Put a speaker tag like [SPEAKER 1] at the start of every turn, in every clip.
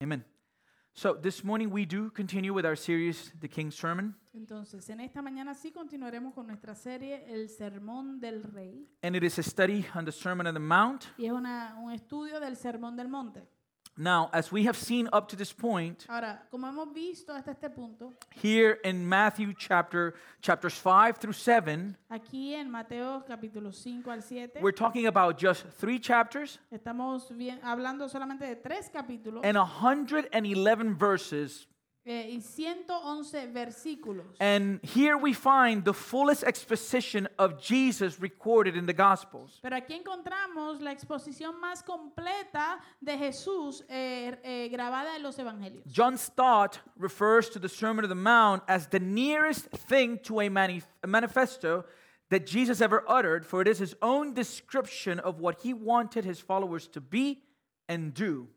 [SPEAKER 1] Amen. So this morning we do continue with our series, The King's Sermon,
[SPEAKER 2] Entonces, en esta mañana sí continuaremos con nuestra serie El Sermón del Rey.
[SPEAKER 1] and it is a study on the Sermon on the Mount.
[SPEAKER 2] Y es una- un estudio del Sermón del Monte.
[SPEAKER 1] Now, as we have seen up to this point,
[SPEAKER 2] Ahora, como hemos visto hasta este punto,
[SPEAKER 1] here in Matthew chapter chapters 5 through 7,
[SPEAKER 2] aquí en Mateo capítulo 5 al 7,
[SPEAKER 1] we're talking about just 3 chapters
[SPEAKER 2] estamos bien- hablando solamente de tres capítulos
[SPEAKER 1] and 111 verses.
[SPEAKER 2] eh, y 111 versículos.
[SPEAKER 1] And here we find the fullest exposition of Jesus recorded in the Gospels.
[SPEAKER 2] Pero aquí encontramos la exposición más completa de Jesús eh, eh, grabada en los Evangelios.
[SPEAKER 1] John Stott refers to the Sermon on the Mount as the nearest thing to a, manif- a manifesto that Jesus ever uttered, for it is his own description of what he wanted his followers to be and do.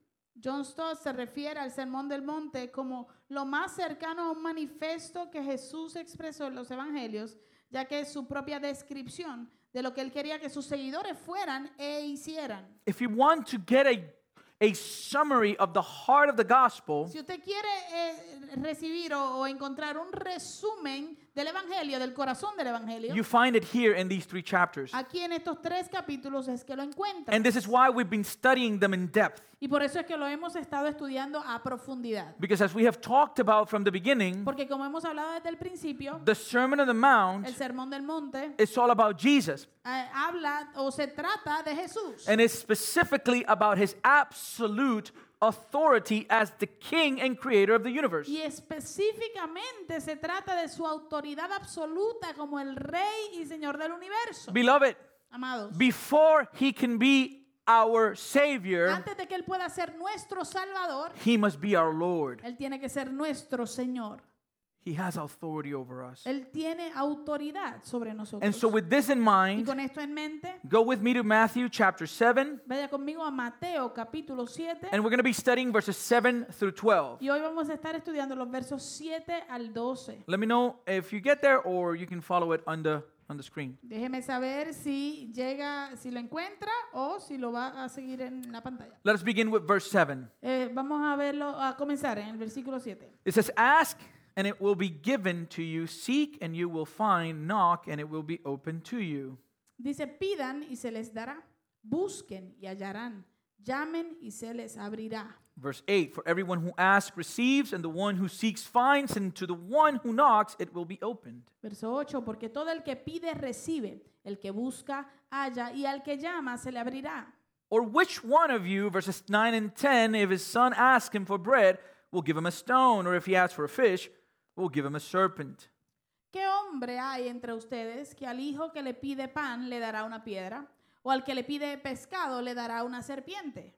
[SPEAKER 2] John Stott se refiere al Sermón del Monte como lo más cercano a un manifiesto que Jesús expresó en los Evangelios, ya que es su propia descripción de lo que él quería que sus seguidores fueran e hicieran.
[SPEAKER 1] If you want to get a, a summary of the heart of the gospel,
[SPEAKER 2] Si usted quiere eh, recibir o, o encontrar un resumen del Evangelio, del corazón del
[SPEAKER 1] you
[SPEAKER 2] Evangelio,
[SPEAKER 1] find it here in these three chapters.
[SPEAKER 2] aquí en estos tres capítulos es que lo encuentra.
[SPEAKER 1] And this is why we've been studying them in depth.
[SPEAKER 2] Y por eso es que lo hemos estado estudiando a profundidad.
[SPEAKER 1] Because as we have talked about from the beginning,
[SPEAKER 2] Porque como hemos hablado desde el principio,
[SPEAKER 1] the Sermon on the
[SPEAKER 2] el
[SPEAKER 1] Mount
[SPEAKER 2] Sermón del Monte
[SPEAKER 1] is all about Jesus.
[SPEAKER 2] eh, habla o se trata de Jesús
[SPEAKER 1] and it's specifically about his absolute authority as the king and creator of the universe.
[SPEAKER 2] y específicamente se trata de su autoridad absoluta como el rey y señor del universo.
[SPEAKER 1] Beloved,
[SPEAKER 2] Amados,
[SPEAKER 1] before he can be our savior,
[SPEAKER 2] antes de que él pueda ser nuestro salvador,
[SPEAKER 1] he must be our Lord.
[SPEAKER 2] él tiene que ser nuestro señor.
[SPEAKER 1] He has authority over us.
[SPEAKER 2] Él tiene autoridad sobre
[SPEAKER 1] And
[SPEAKER 2] nosotros.
[SPEAKER 1] so, with this in
[SPEAKER 2] y
[SPEAKER 1] mind,
[SPEAKER 2] con esto en mente,
[SPEAKER 1] go with me to Matthew chapter 7,
[SPEAKER 2] vaya conmigo a Mateo capítulo 7
[SPEAKER 1] and we're going to be studying verses 7 through 12.
[SPEAKER 2] y hoy vamos a estar estudiando los versos 7 al 12.
[SPEAKER 1] Let me know if you get there or you can follow it on the, on the screen.
[SPEAKER 2] Déjeme saber si llega, si lo encuentra o si lo va a seguir en la pantalla.
[SPEAKER 1] Let us begin with verse 7.
[SPEAKER 2] Eh, vamos a verlo, a comenzar en el versículo 7.
[SPEAKER 1] It says, Ask and it will be given to you, seek and you will find, knock and it will be open to you.
[SPEAKER 2] Dice, pidan y se les dará, busquen y hallarán, llamen y se les abrirá.
[SPEAKER 1] Verse 8 For everyone who asks receives, and the one who seeks finds, and to the one who knocks it will be opened.
[SPEAKER 2] Verso 8, porque todo el que pide recibe, el que busca halla y al que llama se le abrirá.
[SPEAKER 1] Or which one of you, verses 9 and 10, if his son asks him for bread, will give him a stone, or if he asks for a fish, will give him a serpent?
[SPEAKER 2] ¿Qué hombre hay entre ustedes que al hijo que le pide pan le dará una piedra? ¿O al que le pide pescado le dará una serpiente?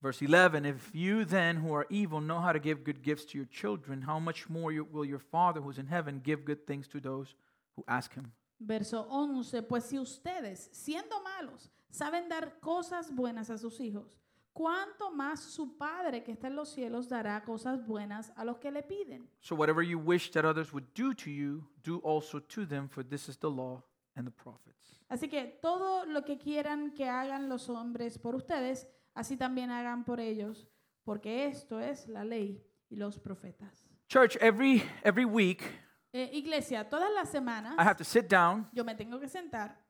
[SPEAKER 1] Verse 11 If you then, who are evil, know how to give good gifts to your children, how much more you- will your Father who's in heaven give good things to those who ask him?
[SPEAKER 2] Verso 11, pues si ustedes, siendo malos, saben dar cosas buenas a sus hijos, ¿cuánto más su Padre que está en los cielos dará cosas buenas a los que le piden?
[SPEAKER 1] So whatever you wish that others would do to you, do also to them, for this is the law and the prophets.
[SPEAKER 2] Así que todo lo que quieran que hagan los hombres por ustedes, así también hagan por ellos, porque esto es la ley y los profetas.
[SPEAKER 1] Church, every every week
[SPEAKER 2] Eh, iglesia, todas las
[SPEAKER 1] I have
[SPEAKER 2] semanas
[SPEAKER 1] to sit down
[SPEAKER 2] yo me tengo que sentar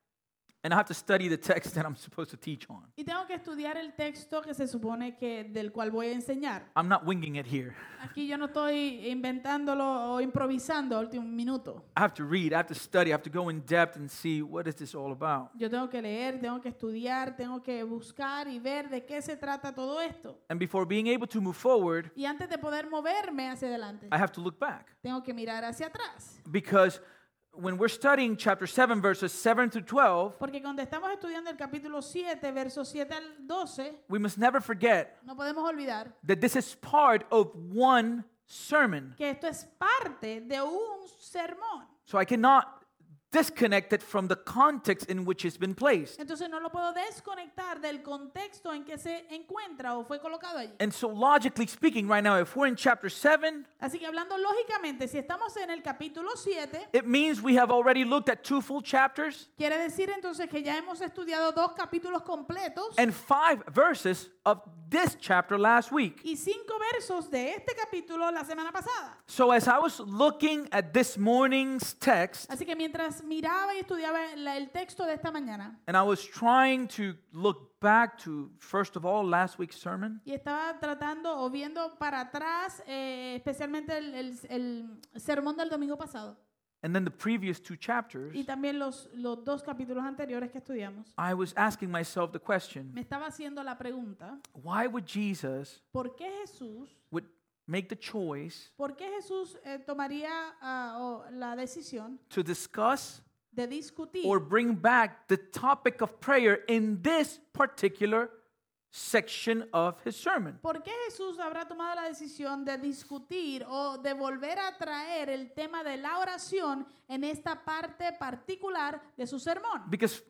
[SPEAKER 1] and I have to study the text that I'm supposed to teach on.
[SPEAKER 2] y tengo que estudiar el texto que se supone que del cual voy a enseñar.
[SPEAKER 1] I'm not winging it here.
[SPEAKER 2] Aquí yo no estoy inventándolo o improvisando a último minuto.
[SPEAKER 1] I have to read, I have to study, I have to go in depth and see what is this all about.
[SPEAKER 2] Yo tengo que leer, tengo que estudiar, tengo que buscar y ver de qué se trata todo esto.
[SPEAKER 1] And before being able to move forward,
[SPEAKER 2] Y antes de poder moverme hacia adelante,
[SPEAKER 1] I have to look back
[SPEAKER 2] tengo que mirar hacia atrás.
[SPEAKER 1] because when we're studying chapter 7 verses 7 through 12,
[SPEAKER 2] Porque cuando estamos estudiando el capítulo 7, versos 7 al 12,
[SPEAKER 1] we must never forget
[SPEAKER 2] no podemos olvidar
[SPEAKER 1] that this is part of one sermon.
[SPEAKER 2] que esto es parte de un sermón.
[SPEAKER 1] So I cannot disconnect it from the context in which it's been placed.
[SPEAKER 2] Entonces no lo puedo desconectar del contexto en que se encuentra o fue colocado allí.
[SPEAKER 1] And so, logically speaking, right now, if we're in chapter 7,
[SPEAKER 2] Así que hablando lógicamente, si estamos en el capítulo 7,
[SPEAKER 1] it means we have already looked at two full chapters
[SPEAKER 2] Quiere decir entonces que ya hemos estudiado dos capítulos completos
[SPEAKER 1] and five verses of this chapter last week.
[SPEAKER 2] y cinco versos de este capítulo la semana pasada.
[SPEAKER 1] So, as I was looking at this morning's text,
[SPEAKER 2] Así que mientras miraba y estudiaba la- el texto de esta mañana
[SPEAKER 1] and I was trying to look back to, first of all, last week's sermon,
[SPEAKER 2] y estaba tratando o viendo para atrás, eh, especialmente el, el- el sermón del domingo pasado
[SPEAKER 1] and then the previous two chapters,
[SPEAKER 2] y también los, los dos capítulos anteriores que estudiamos,
[SPEAKER 1] I was asking myself the question
[SPEAKER 2] me estaba haciendo la pregunta,
[SPEAKER 1] why would Jesus
[SPEAKER 2] ¿por qué Jesús,
[SPEAKER 1] would make the choice
[SPEAKER 2] por qué Jesús eh, tomaría ah, o la decisión
[SPEAKER 1] to discuss
[SPEAKER 2] de discutir
[SPEAKER 1] or bring back the topic of prayer in this particular section of his sermon.
[SPEAKER 2] ¿Por qué Jesús habrá tomado la decisión de discutir o de volver a traer el tema de la oración en esta parte particular de su sermón?
[SPEAKER 1] Because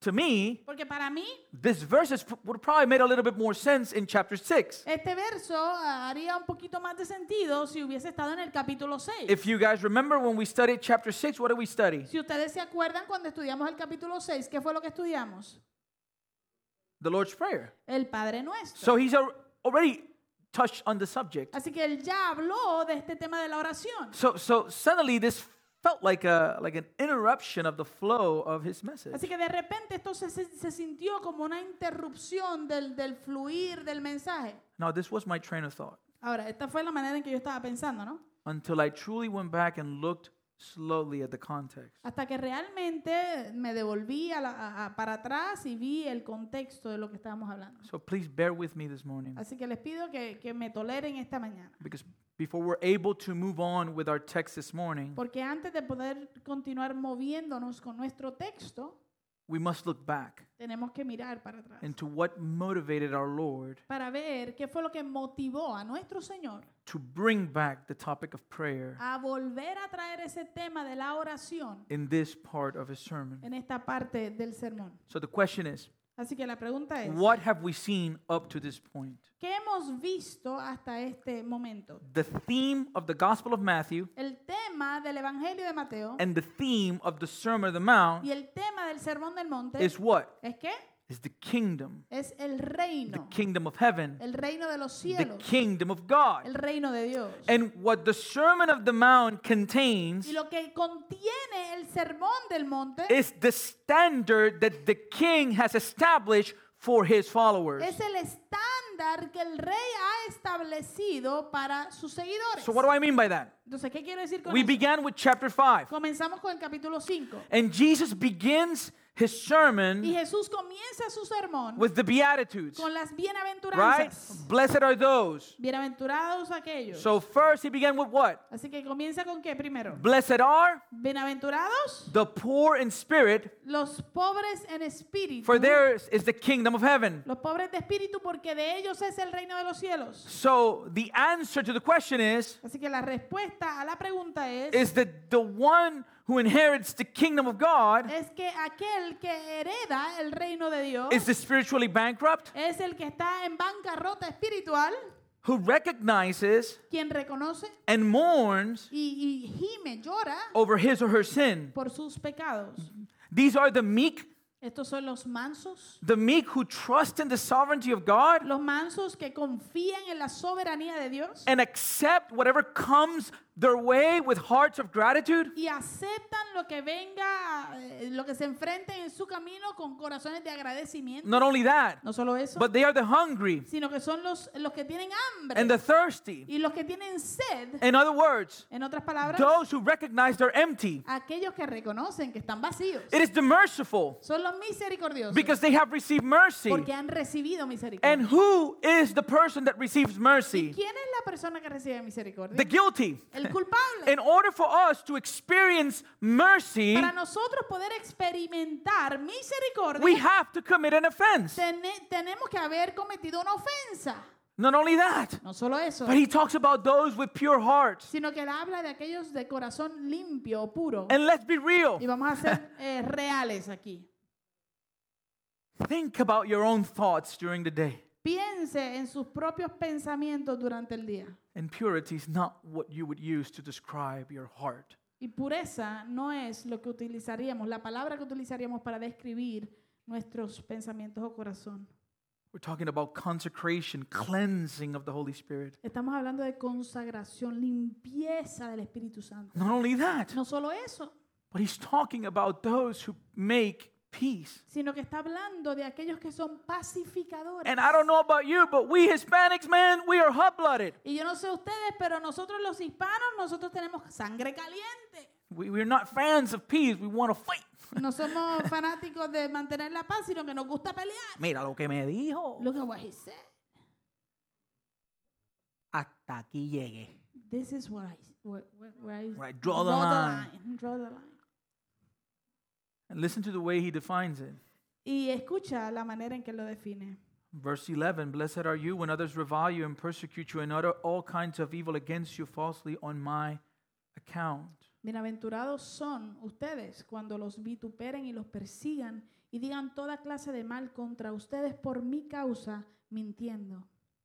[SPEAKER 1] to me,
[SPEAKER 2] Porque para mí
[SPEAKER 1] this verse is, would probably made a little bit more sense in chapter 6.
[SPEAKER 2] este verso ah, haría un poquito más de sentido si hubiese estado en el capítulo 6.
[SPEAKER 1] If you guys remember when we studied chapter 6, what did we study?
[SPEAKER 2] Si ustedes se acuerdan cuando estudiamos el capítulo 6, ¿qué fue lo que estudiamos?
[SPEAKER 1] The Lord's Prayer.
[SPEAKER 2] El Padre Nuestro.
[SPEAKER 1] So he's al- already touched on the subject.
[SPEAKER 2] Así que él ya habló de este tema de la oración.
[SPEAKER 1] So, so suddenly this felt like, a, like an interruption of the flow of his message.
[SPEAKER 2] Así que de repente esto se, se- se sintió como una interrupción del- del fluir del mensaje.
[SPEAKER 1] Now, this was my train of thought
[SPEAKER 2] Ahora, esta fue la manera en que yo estaba pensando, ¿no?
[SPEAKER 1] until I truly went back and looked slowly at the context.
[SPEAKER 2] Hasta que realmente me devolví a la- a- a- para atrás y vi el contexto de lo que estábamos hablando.
[SPEAKER 1] So please bear with me this morning
[SPEAKER 2] Así que les pido que, que me toleren esta mañana.
[SPEAKER 1] because before we're able to move on with our text this morning,
[SPEAKER 2] Porque antes de poder continuar moviéndonos con nuestro texto,
[SPEAKER 1] we must look back
[SPEAKER 2] tenemos que mirar para atrás
[SPEAKER 1] into what motivated our Lord
[SPEAKER 2] para ver qué fue lo que motivó a nuestro Señor
[SPEAKER 1] to bring back the topic of prayer
[SPEAKER 2] a volver a traer ese tema de la oración
[SPEAKER 1] in this part of his sermon.
[SPEAKER 2] en esta parte del sermón.
[SPEAKER 1] So the question is,
[SPEAKER 2] Así que la pregunta es,
[SPEAKER 1] what have we seen up to this point?
[SPEAKER 2] ¿qué hemos visto hasta este momento?
[SPEAKER 1] The theme of the Gospel of Matthew
[SPEAKER 2] el tema del Evangelio de Mateo
[SPEAKER 1] and the theme of the Sermon of the Mount
[SPEAKER 2] y el tema del Sermón del Monte
[SPEAKER 1] is what?
[SPEAKER 2] es que
[SPEAKER 1] Is the kingdom,
[SPEAKER 2] es el
[SPEAKER 1] the
[SPEAKER 2] reino,
[SPEAKER 1] kingdom of heaven,
[SPEAKER 2] el reino de los
[SPEAKER 1] the
[SPEAKER 2] cielos,
[SPEAKER 1] kingdom of God.
[SPEAKER 2] el reino de Dios.
[SPEAKER 1] And what the Sermon of the Mount contains
[SPEAKER 2] Y lo que contiene el Sermón del Monte
[SPEAKER 1] is the standard that the king has established for his followers.
[SPEAKER 2] es el estándar que el rey ha establecido para sus seguidores.
[SPEAKER 1] So, what do I mean by that?
[SPEAKER 2] Entonces, ¿qué quiero decir con
[SPEAKER 1] We
[SPEAKER 2] eso?
[SPEAKER 1] began with chapter 5,
[SPEAKER 2] Comenzamos con el capítulo 5.
[SPEAKER 1] and Jesus begins his
[SPEAKER 2] Y
[SPEAKER 1] sermon
[SPEAKER 2] Jesús comienza su sermón
[SPEAKER 1] with the Beatitudes,
[SPEAKER 2] con las
[SPEAKER 1] right?
[SPEAKER 2] bienaventuranzas.
[SPEAKER 1] Blessed are those.
[SPEAKER 2] Bienaventurados aquellos.
[SPEAKER 1] So, first, he began with what?
[SPEAKER 2] Así que comienza con qué primero?
[SPEAKER 1] Blessed are
[SPEAKER 2] Bienaventurados
[SPEAKER 1] the poor in spirit,
[SPEAKER 2] los pobres en espíritu.
[SPEAKER 1] for theirs is the kingdom of heaven.
[SPEAKER 2] los pobres de espíritu porque de ellos es el reino de los cielos.
[SPEAKER 1] So, the answer to the question is
[SPEAKER 2] Así que la respuesta a la pregunta es
[SPEAKER 1] is that the one who inherits the kingdom of God
[SPEAKER 2] es que aquel que hereda el reino de Dios
[SPEAKER 1] is the spiritually bankrupt
[SPEAKER 2] es el que está en bancarrota espiritual,
[SPEAKER 1] who recognizes
[SPEAKER 2] quien reconoce
[SPEAKER 1] and mourns
[SPEAKER 2] y, y gime, llora
[SPEAKER 1] over his or her sin.
[SPEAKER 2] por sus pecados.
[SPEAKER 1] These are the meek,
[SPEAKER 2] Estos son los mansos,
[SPEAKER 1] the meek who trust in the sovereignty of God
[SPEAKER 2] los mansos que confían en la soberanía de Dios
[SPEAKER 1] and accept whatever comes their way with hearts of gratitude.
[SPEAKER 2] y aceptan lo que venga, eh, lo que se enfrenten en su camino con corazones de agradecimiento.
[SPEAKER 1] Not only that,
[SPEAKER 2] No solo eso,
[SPEAKER 1] but they are the hungry
[SPEAKER 2] sino que son los, los que tienen
[SPEAKER 1] and
[SPEAKER 2] hambre
[SPEAKER 1] the thirsty.
[SPEAKER 2] y los que tienen sed.
[SPEAKER 1] In other words,
[SPEAKER 2] En otras palabras,
[SPEAKER 1] those who recognize they're empty.
[SPEAKER 2] aquellos que reconocen que están vacíos
[SPEAKER 1] It is the merciful
[SPEAKER 2] son los misericordiosos
[SPEAKER 1] because they have received mercy.
[SPEAKER 2] porque han recibido
[SPEAKER 1] And
[SPEAKER 2] misericordia.
[SPEAKER 1] who is the person that receives mercy?
[SPEAKER 2] ¿Quién es la persona que recibe misericordia?
[SPEAKER 1] The guilty.
[SPEAKER 2] El culpable.
[SPEAKER 1] In order for us to experience mercy,
[SPEAKER 2] Para nosotros poder experimentar
[SPEAKER 1] we
[SPEAKER 2] misericordia,
[SPEAKER 1] have to commit an offense.
[SPEAKER 2] tene- tenemos que haber cometido una ofensa.
[SPEAKER 1] Not only that,
[SPEAKER 2] No solo eso.
[SPEAKER 1] but he talks about those with pure hearts.
[SPEAKER 2] sino que él habla de aquellos de corazón limpio o puro.
[SPEAKER 1] And let's be real.
[SPEAKER 2] Y vamos a ser eh, reales aquí.
[SPEAKER 1] Think about your own thoughts during the day.
[SPEAKER 2] Piense en sus propios pensamientos durante el día.
[SPEAKER 1] And purity is not what you would use to describe your heart.
[SPEAKER 2] Y pureza no es lo que utilizaríamos, la palabra que utilizaríamos para describir nuestros pensamientos o corazón.
[SPEAKER 1] We're talking about consecration, cleansing of the Holy Spirit.
[SPEAKER 2] Estamos hablando de consagración, limpieza del Espíritu Santo.
[SPEAKER 1] Not only that,
[SPEAKER 2] No solo eso,
[SPEAKER 1] but he's talking about those who make peace.
[SPEAKER 2] sino que está hablando de aquellos que son pacificadores.
[SPEAKER 1] And I don't know about you, but we Hispanics, man, we are hot blooded.
[SPEAKER 2] Y yo no sé ustedes, pero nosotros los hispanos, nosotros tenemos sangre caliente.
[SPEAKER 1] We, we're not fans of peace. We want to fight.
[SPEAKER 2] No somos fanáticos de mantener la paz, sino que nos gusta pelear.
[SPEAKER 1] Mira lo que me dijo.
[SPEAKER 2] Look at what he said.
[SPEAKER 1] Hasta aquí llegué.
[SPEAKER 2] This is what I, where, where- where I-
[SPEAKER 1] Where I draw the line.
[SPEAKER 2] draw the line.
[SPEAKER 1] And listen to the way he defines it.
[SPEAKER 2] Y escucha la manera en que lo define.
[SPEAKER 1] Verse 11 Blessed are you when others revile you and persecute you and utter all kinds of evil against you falsely on my account.
[SPEAKER 2] Bienaventurados son ustedes cuando los vituperen y los persigan y digan toda clase de mal contra ustedes por mi causa, mintiendo.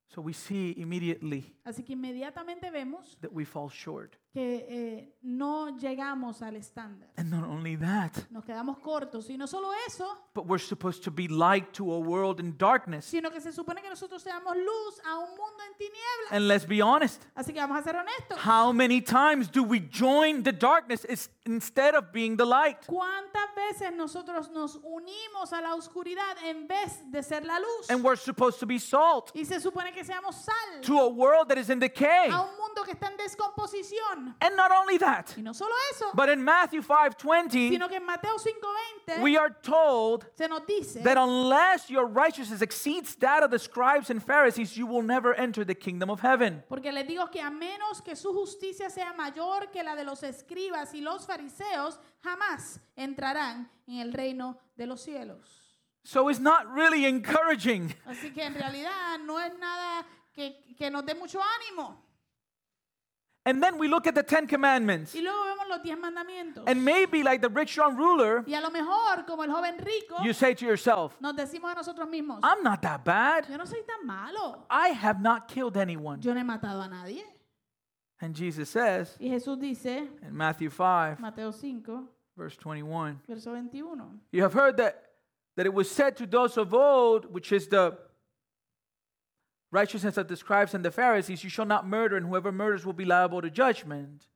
[SPEAKER 1] So we see immediately
[SPEAKER 2] Así que inmediatamente vemos
[SPEAKER 1] that we fall short.
[SPEAKER 2] que eh, no llegamos al estándar.
[SPEAKER 1] And not only that,
[SPEAKER 2] Nos quedamos cortos. Y no solo eso,
[SPEAKER 1] but we're supposed to be light to a world in darkness.
[SPEAKER 2] sino que se supone que nosotros seamos luz a un mundo en tinieblas.
[SPEAKER 1] And let's be honest.
[SPEAKER 2] Así que vamos a ser honestos.
[SPEAKER 1] How many times do we join the darkness is- instead of being the light?
[SPEAKER 2] ¿Cuántas veces nosotros nos unimos a la oscuridad en vez de ser la luz?
[SPEAKER 1] And we're supposed to be salt
[SPEAKER 2] Y se supone que seamos sal.
[SPEAKER 1] to a world that is in decay.
[SPEAKER 2] a un mundo que está en descomposición.
[SPEAKER 1] And not only that,
[SPEAKER 2] Y no solo eso,
[SPEAKER 1] but in Matthew 5:20,
[SPEAKER 2] sino que en Mateo 5:20
[SPEAKER 1] we are told
[SPEAKER 2] se nos dice
[SPEAKER 1] that unless your righteousness exceeds that of the scribes and Pharisees, you will never enter the kingdom of heaven.
[SPEAKER 2] porque les digo que a menos que su justicia sea mayor que la de los escribas y los fariseos, jamás entrarán en el reino de los cielos.
[SPEAKER 1] So it's not really encouraging.
[SPEAKER 2] Así que en realidad no es nada que, que nos dé mucho ánimo.
[SPEAKER 1] And then we look at the Ten Commandments.
[SPEAKER 2] Y luego vemos los diez mandamientos.
[SPEAKER 1] And maybe, like the rich young ruler,
[SPEAKER 2] Y a lo mejor, como el joven rico,
[SPEAKER 1] you Ah. say to yourself,
[SPEAKER 2] nos decimos a nosotros mismos,
[SPEAKER 1] I'm not that bad.
[SPEAKER 2] yo no soy tan malo,
[SPEAKER 1] I have not killed anyone.
[SPEAKER 2] yo no he matado a nadie.
[SPEAKER 1] And Jesus says
[SPEAKER 2] Y Jesús dice,
[SPEAKER 1] in Matthew 5,
[SPEAKER 2] Mateo 5,
[SPEAKER 1] verse 21,
[SPEAKER 2] verso 21.
[SPEAKER 1] You have heard that, that it was said to those of old, which is the righteousness of the scribes and the Pharisees, you shall not murder, and whoever murders will be liable to judgment.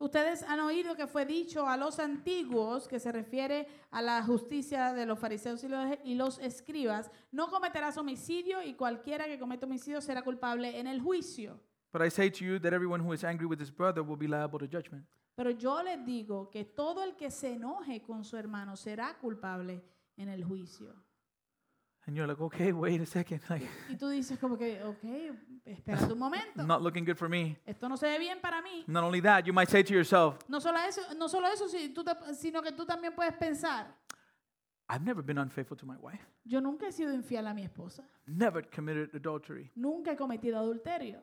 [SPEAKER 2] Ustedes han oído que fue dicho a los antiguos, que se refiere a la justicia de los fariseos y los, e-, y los escribas, no cometerás homicidio y cualquiera que cometa homicidio será culpable en el juicio.
[SPEAKER 1] But I say to you that everyone who is angry with his brother will be liable to judgment.
[SPEAKER 2] Pero yo les digo que todo el que se enoje con su hermano será culpable en el juicio.
[SPEAKER 1] And you're like, okay, wait a second. Like,
[SPEAKER 2] Y tú dices como que, ok, espera un momento.
[SPEAKER 1] not looking good for me.
[SPEAKER 2] Esto no se ve bien para mí.
[SPEAKER 1] Not only that, you might say to yourself,
[SPEAKER 2] No solo eso, no solo eso si tú te- sino que tú también puedes pensar,
[SPEAKER 1] I've never been unfaithful to my wife,
[SPEAKER 2] yo nunca he sido infiel a mi esposa.
[SPEAKER 1] never committed adultery.
[SPEAKER 2] Nunca he cometido adulterio.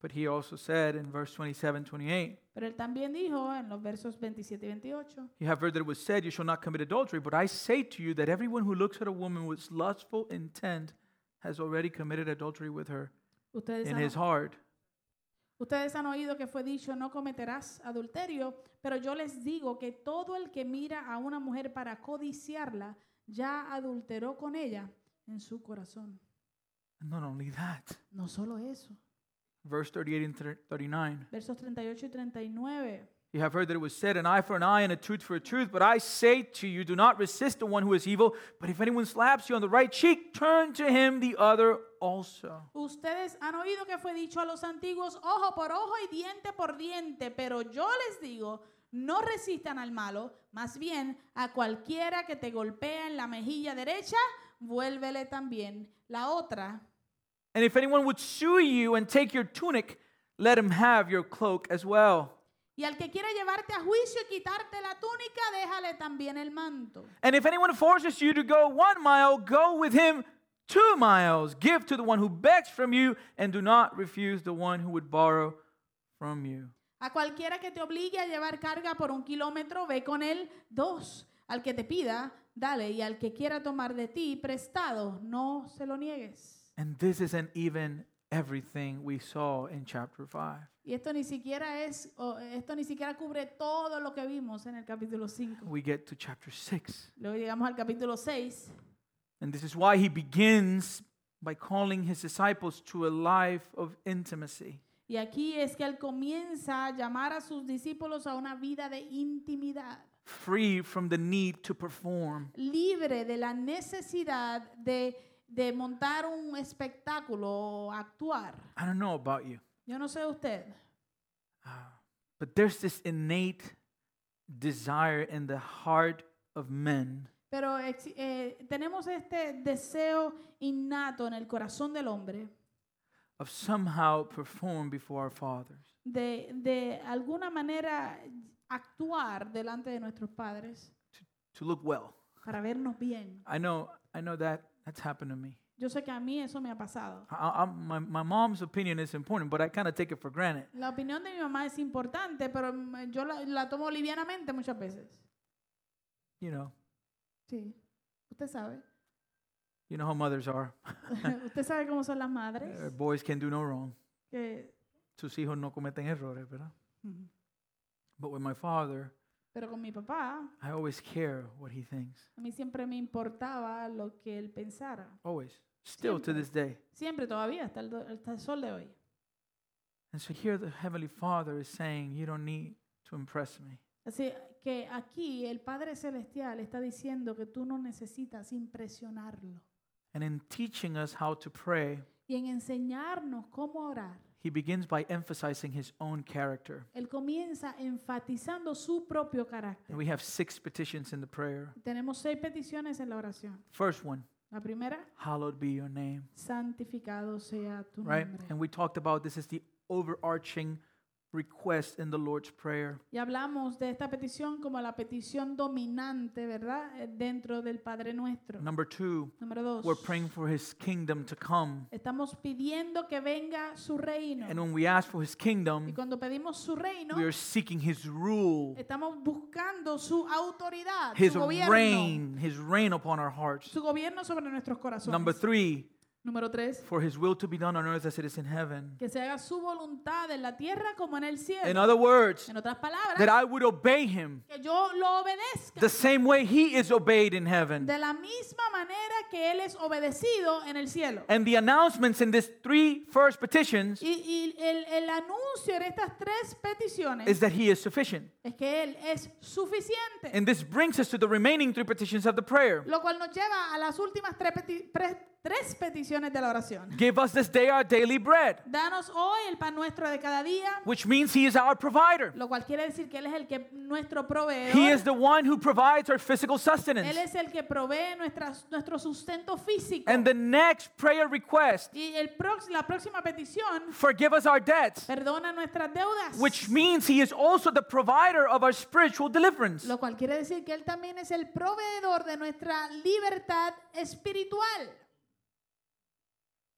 [SPEAKER 1] But he also said in verse 27, 28,
[SPEAKER 2] Pero él también dijo en los versos 27 y 28,
[SPEAKER 1] You have heard that it was said, You shall not commit adultery. But I say to you that everyone who looks at a woman with lustful intent has already committed adultery with her
[SPEAKER 2] ustedes
[SPEAKER 1] in
[SPEAKER 2] han,
[SPEAKER 1] his heart.
[SPEAKER 2] ustedes han oído que fue dicho, no cometerás adulterio, pero yo les digo que todo el que mira a una mujer para codiciarla, ya adulteró con ella en su corazón.
[SPEAKER 1] And not only that,
[SPEAKER 2] No solo eso.
[SPEAKER 1] verse 38 and thir- 39.
[SPEAKER 2] Versos 38 y 39.
[SPEAKER 1] You have heard that it was said, An eye for an eye and a tooth for a tooth. But I say to you, do not resist the one who is evil. But if anyone slaps you on the right cheek, turn to him the other also.
[SPEAKER 2] Ustedes han oído que fue dicho a los antiguos ojo por ojo y diente por diente, pero yo les digo, no resistan al malo, más bien a cualquiera que te golpea en la mejilla derecha, vuélvele también la otra.
[SPEAKER 1] And if anyone would sue you and take your tunic, let him have your cloak as well.
[SPEAKER 2] Y al que quiera llevarte a juicio y quitarte la túnica, déjale también el manto.
[SPEAKER 1] And if anyone forces you to go one mile, go with him two miles. Give to the one who begs from you, and do not refuse the one who would borrow from you.
[SPEAKER 2] A cualquiera que te obligue a llevar carga por un kilómetro, ve con él dos. Al que te pida, dale. Y al que quiera tomar de ti prestado, no se lo niegues.
[SPEAKER 1] And this isn't even everything we saw in chapter 5.
[SPEAKER 2] Y esto ni siquiera es, o, eh, esto ni siquiera cubre todo lo que vimos en el capítulo 5.
[SPEAKER 1] We get to chapter 6.
[SPEAKER 2] Luego llegamos al capítulo 6.
[SPEAKER 1] And this is why he begins by calling his disciples to a life of intimacy.
[SPEAKER 2] Y aquí es que él comienza a llamar a sus discípulos a una vida de intimidad,
[SPEAKER 1] free from the need to perform.
[SPEAKER 2] libre de la necesidad de, de montar un espectáculo o actuar.
[SPEAKER 1] I don't know about you,
[SPEAKER 2] Yo no sé usted,
[SPEAKER 1] but there's this innate desire in the heart of men
[SPEAKER 2] pero ex- eh, tenemos este deseo innato en el corazón del hombre
[SPEAKER 1] of somehow perform before our fathers.
[SPEAKER 2] de, de alguna manera actuar delante de nuestros padres
[SPEAKER 1] to look well.
[SPEAKER 2] para vernos bien.
[SPEAKER 1] I know, I know that that's happened to me.
[SPEAKER 2] Yo sé que a mí eso me ha pasado.
[SPEAKER 1] I, I, my, my mom's opinion is important, but I kind of take it for granted.
[SPEAKER 2] La opinión de mi mamá es importante, pero mm, yo la, la tomo livianamente muchas veces.
[SPEAKER 1] You know,
[SPEAKER 2] Sí. Usted sabe.
[SPEAKER 1] you know how mothers are.
[SPEAKER 2] Usted sabe cómo son las
[SPEAKER 1] Uh,
[SPEAKER 2] madres.
[SPEAKER 1] boys can do no wrong.
[SPEAKER 2] que-
[SPEAKER 1] Sus hijos no cometen errores, ¿verdad? But with my father,
[SPEAKER 2] pero con mi papá,
[SPEAKER 1] I always care what he thinks.
[SPEAKER 2] a mí siempre me importaba lo que él pensara.
[SPEAKER 1] Always. Still to
[SPEAKER 2] Siempre.
[SPEAKER 1] this day.
[SPEAKER 2] Siempre, todavía, hasta el, do- hasta el sol de hoy.
[SPEAKER 1] And so here the Heavenly Father is saying, You don't need to impress me.
[SPEAKER 2] Así que aquí el Padre Celestial está diciendo que tú no necesitas impresionarlo.
[SPEAKER 1] And in teaching us how to pray,
[SPEAKER 2] Y en enseñarnos cómo orar,
[SPEAKER 1] he begins by emphasizing his own character.
[SPEAKER 2] Él comienza enfatizando su propio carácter.
[SPEAKER 1] And we have six petitions in the prayer.
[SPEAKER 2] Tenemos seis peticiones en la oración.
[SPEAKER 1] First one,
[SPEAKER 2] La primera,
[SPEAKER 1] hallowed be your name.
[SPEAKER 2] santificado sea tu
[SPEAKER 1] Right? And
[SPEAKER 2] nombre.
[SPEAKER 1] we talked about this is the overarching request in the Lord's Prayer.
[SPEAKER 2] Y hablamos de esta petición como la petición dominante, ¿verdad? Eh, Dentro del Padre Nuestro.
[SPEAKER 1] Number two,
[SPEAKER 2] Número dos.
[SPEAKER 1] we're praying for his kingdom to come.
[SPEAKER 2] Estamos pidiendo que venga su reino.
[SPEAKER 1] And when we ask for his
[SPEAKER 2] Y
[SPEAKER 1] kingdom,
[SPEAKER 2] cuando pedimos su reino,
[SPEAKER 1] we are seeking his rule,
[SPEAKER 2] estamos buscando su autoridad,
[SPEAKER 1] his
[SPEAKER 2] su gobierno.
[SPEAKER 1] reign, his reign upon our hearts.
[SPEAKER 2] Su gobierno sobre nuestros corazones.
[SPEAKER 1] Number three,
[SPEAKER 2] Número tres.
[SPEAKER 1] for his will to be done on earth as it is in heaven.
[SPEAKER 2] Que se haga su voluntad en la tierra como en el cielo.
[SPEAKER 1] In other words,
[SPEAKER 2] en otras
[SPEAKER 1] that
[SPEAKER 2] palabras,
[SPEAKER 1] I would obey him
[SPEAKER 2] que yo lo obedezca
[SPEAKER 1] the same way he is obeyed in heaven.
[SPEAKER 2] de la misma manera que él es obedecido en el cielo.
[SPEAKER 1] And the announcements in these three first petitions
[SPEAKER 2] Y, y el, el anuncio en estas tres peticiones
[SPEAKER 1] is that he is sufficient.
[SPEAKER 2] es que él es suficiente.
[SPEAKER 1] And this brings us to the remaining three petitions of the prayer.
[SPEAKER 2] lo cual nos lleva a las últimas tres, peti- pre- tres peticiones de la oración.
[SPEAKER 1] Give us this day our daily bread,
[SPEAKER 2] Danos hoy el pan nuestro de cada día,
[SPEAKER 1] which means he is our provider.
[SPEAKER 2] lo cual quiere decir que él es el que nuestro proveedor.
[SPEAKER 1] He is the one who provides our physical
[SPEAKER 2] él
[SPEAKER 1] sustenance.
[SPEAKER 2] es el que provee nuestras, nuestro sustento físico.
[SPEAKER 1] And the next prayer request
[SPEAKER 2] y el prox- la próxima petición,
[SPEAKER 1] forgive us our debts,
[SPEAKER 2] perdona nuestras deudas.
[SPEAKER 1] which means he is also the provider of our spiritual deliverance.
[SPEAKER 2] Lo cual quiere decir que Él también es el proveedor de nuestra libertad espiritual.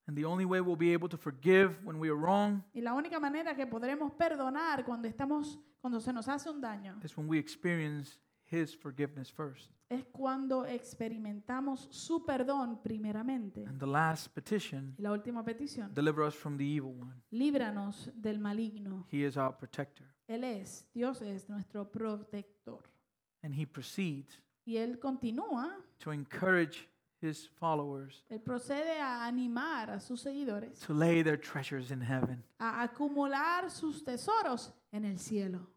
[SPEAKER 1] And the only way we'll be able to forgive when we are wrong
[SPEAKER 2] Y la única manera que podremos perdonar cuando estamos cuando se nos hace un daño
[SPEAKER 1] is when we experience his forgiveness first.
[SPEAKER 2] es cuando experimentamos su perdón primeramente.
[SPEAKER 1] And the last petition
[SPEAKER 2] Y la última petición,
[SPEAKER 1] deliver us from the evil one.
[SPEAKER 2] líbranos del maligno.
[SPEAKER 1] He is our protector.
[SPEAKER 2] Él es, Dios es nuestro protector.
[SPEAKER 1] And he proceeds
[SPEAKER 2] Y él continúa,
[SPEAKER 1] to encourage his followers
[SPEAKER 2] él procede a animar a sus seguidores
[SPEAKER 1] to lay their treasures in heaven.
[SPEAKER 2] a acumular sus tesoros en el cielo.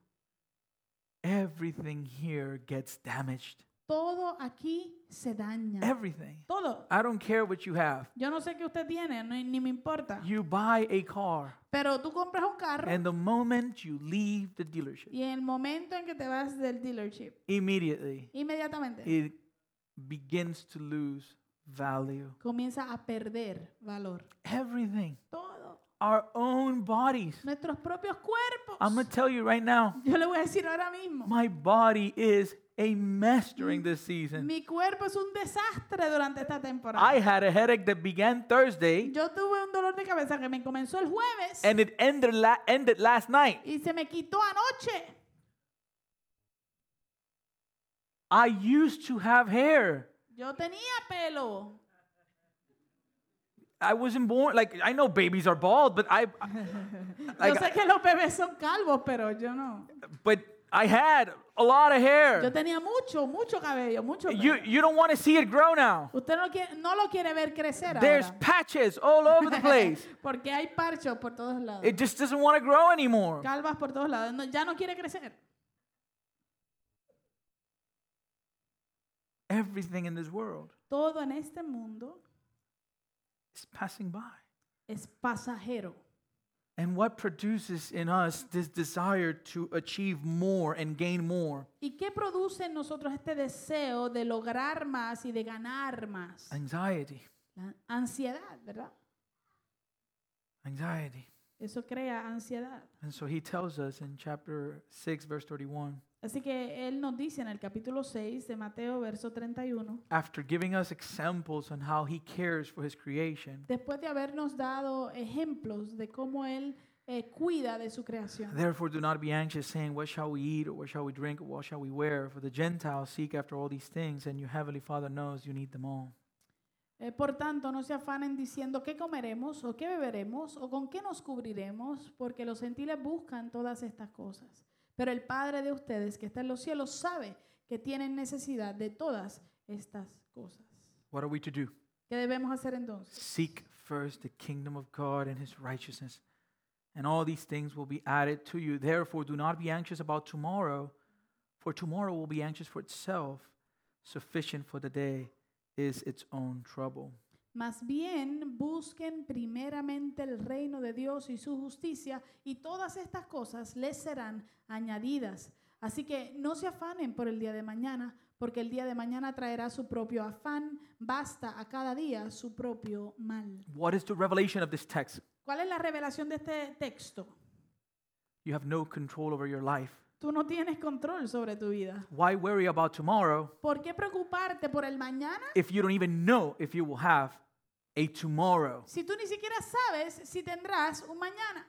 [SPEAKER 1] Everything here gets damaged.
[SPEAKER 2] Todo aquí se daña.
[SPEAKER 1] Everything.
[SPEAKER 2] Todo.
[SPEAKER 1] I don't care what you have.
[SPEAKER 2] Yo no sé qué usted tiene, no- ni me importa.
[SPEAKER 1] You buy a car,
[SPEAKER 2] Pero tú compras un carro
[SPEAKER 1] and the moment you leave the dealership,
[SPEAKER 2] y en el momento en que te vas del dealership,
[SPEAKER 1] immediately
[SPEAKER 2] inmediatamente
[SPEAKER 1] it begins to lose value.
[SPEAKER 2] comienza a perder valor.
[SPEAKER 1] Everything.
[SPEAKER 2] Todo.
[SPEAKER 1] Our own bodies.
[SPEAKER 2] Nuestros propios
[SPEAKER 1] I'm going to
[SPEAKER 2] cuerpos.
[SPEAKER 1] tell you right now
[SPEAKER 2] Yo le voy a decir ahora mismo.
[SPEAKER 1] my body is a mess during this season.
[SPEAKER 2] Mi cuerpo es un desastre durante esta
[SPEAKER 1] I
[SPEAKER 2] temporada.
[SPEAKER 1] had a headache that began Thursday
[SPEAKER 2] Yo tuve un dolor de cabeza que me comenzó el jueves
[SPEAKER 1] and it ended, la- ended last night.
[SPEAKER 2] y se me quitó anoche.
[SPEAKER 1] I used to have hair.
[SPEAKER 2] Yo tenía pelo.
[SPEAKER 1] I wasn't born like I know babies are bald, but I,
[SPEAKER 2] Yo
[SPEAKER 1] like,
[SPEAKER 2] sé que los bebés son calvos, pero yo no.
[SPEAKER 1] but I had a lot of
[SPEAKER 2] Yo
[SPEAKER 1] hair.
[SPEAKER 2] tenía mucho, mucho cabello, mucho pelo.
[SPEAKER 1] You, you don't want to see it grow now.
[SPEAKER 2] Usted no, quiere- no lo quiere ver crecer
[SPEAKER 1] There's
[SPEAKER 2] ahora.
[SPEAKER 1] patches all over the place.
[SPEAKER 2] Porque hay parchos por todos lados.
[SPEAKER 1] It just doesn't want to grow anymore.
[SPEAKER 2] Calvas por todos lados. No, ya no quiere crecer.
[SPEAKER 1] Everything in this world
[SPEAKER 2] Todo en este mundo
[SPEAKER 1] is passing by.
[SPEAKER 2] es pasajero.
[SPEAKER 1] And what produces in us this desire to achieve more and gain more?
[SPEAKER 2] ¿Y qué produce en nosotros este deseo de lograr más y de ganar más?
[SPEAKER 1] Anxiety.
[SPEAKER 2] La ansiedad, ¿verdad?
[SPEAKER 1] Anxiety.
[SPEAKER 2] Eso crea ansiedad.
[SPEAKER 1] And so he tells us in chapter 6, verse 31,
[SPEAKER 2] Así que él nos dice en el capítulo 6 de Mateo, verso 31,
[SPEAKER 1] after giving us examples on how he cares for his creation,
[SPEAKER 2] después de habernos dado ejemplos de cómo él eh, cuida de su creación.
[SPEAKER 1] Therefore, do not be anxious, saying, What shall we eat, or what shall we drink, or what shall we wear? For the Gentiles seek after all these things, and your heavenly Father knows you need them all.
[SPEAKER 2] Eh, por tanto, no se afanen diciendo qué comeremos o qué beberemos o con qué nos cubriremos, porque los gentiles buscan todas estas cosas. Pero el Padre de ustedes que está en los cielos sabe que tienen necesidad de todas estas cosas.
[SPEAKER 1] What are we to do?
[SPEAKER 2] ¿Qué debemos hacer entonces?
[SPEAKER 1] Seek first the kingdom of God and his righteousness, and all these things will be added to you. Therefore, do not be anxious about tomorrow, for tomorrow will be anxious for itself. Sufficient for the day is its own trouble.
[SPEAKER 2] Más bien busquen primeramente el reino de Dios y su justicia y todas estas cosas les serán añadidas. Así que no se afanen por el día de mañana, porque el día de mañana traerá su propio afán. Basta a cada día su propio mal.
[SPEAKER 1] What is the revelation of this text?
[SPEAKER 2] ¿Cuál es la revelación de este texto?
[SPEAKER 1] You have no control over your life.
[SPEAKER 2] Tú no tienes control sobre tu vida.
[SPEAKER 1] Why worry about tomorrow?
[SPEAKER 2] ¿Por qué preocuparte por el mañana
[SPEAKER 1] if you don't even know if you will have a tomorrow.
[SPEAKER 2] si tú ni siquiera sabes si tendrás un mañana?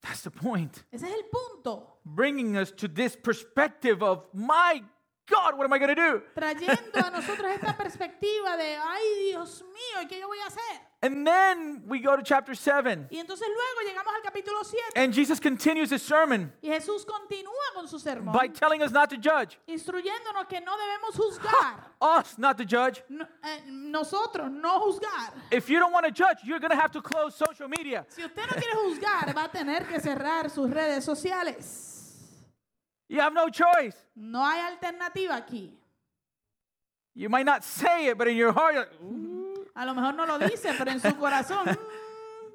[SPEAKER 1] That's the point.
[SPEAKER 2] Ese es el punto.
[SPEAKER 1] Bringing us to this perspective of, my God, what am I going to do?
[SPEAKER 2] trayendo a nosotros esta perspectiva de, ay Dios mío, ¿y qué yo voy a hacer?
[SPEAKER 1] And then we go to chapter 7,
[SPEAKER 2] Y entonces luego llegamos al capítulo 7
[SPEAKER 1] and Jesus continues his sermon
[SPEAKER 2] y Jesús continúa con su sermón,
[SPEAKER 1] by telling us not to judge.
[SPEAKER 2] instruyéndonos que no debemos juzgar,
[SPEAKER 1] Us not to judge.
[SPEAKER 2] No- eh, nosotros no juzgar.
[SPEAKER 1] If you don't want to judge, you're going to have to close social media.
[SPEAKER 2] Si usted no quiere juzgar, va a tener que cerrar sus redes sociales.
[SPEAKER 1] You have no choice.
[SPEAKER 2] No hay alternativa aquí.
[SPEAKER 1] You might not say it, but in your heart, you're like, "Ooh."
[SPEAKER 2] A lo mejor no lo dice, pero en su corazón... mm,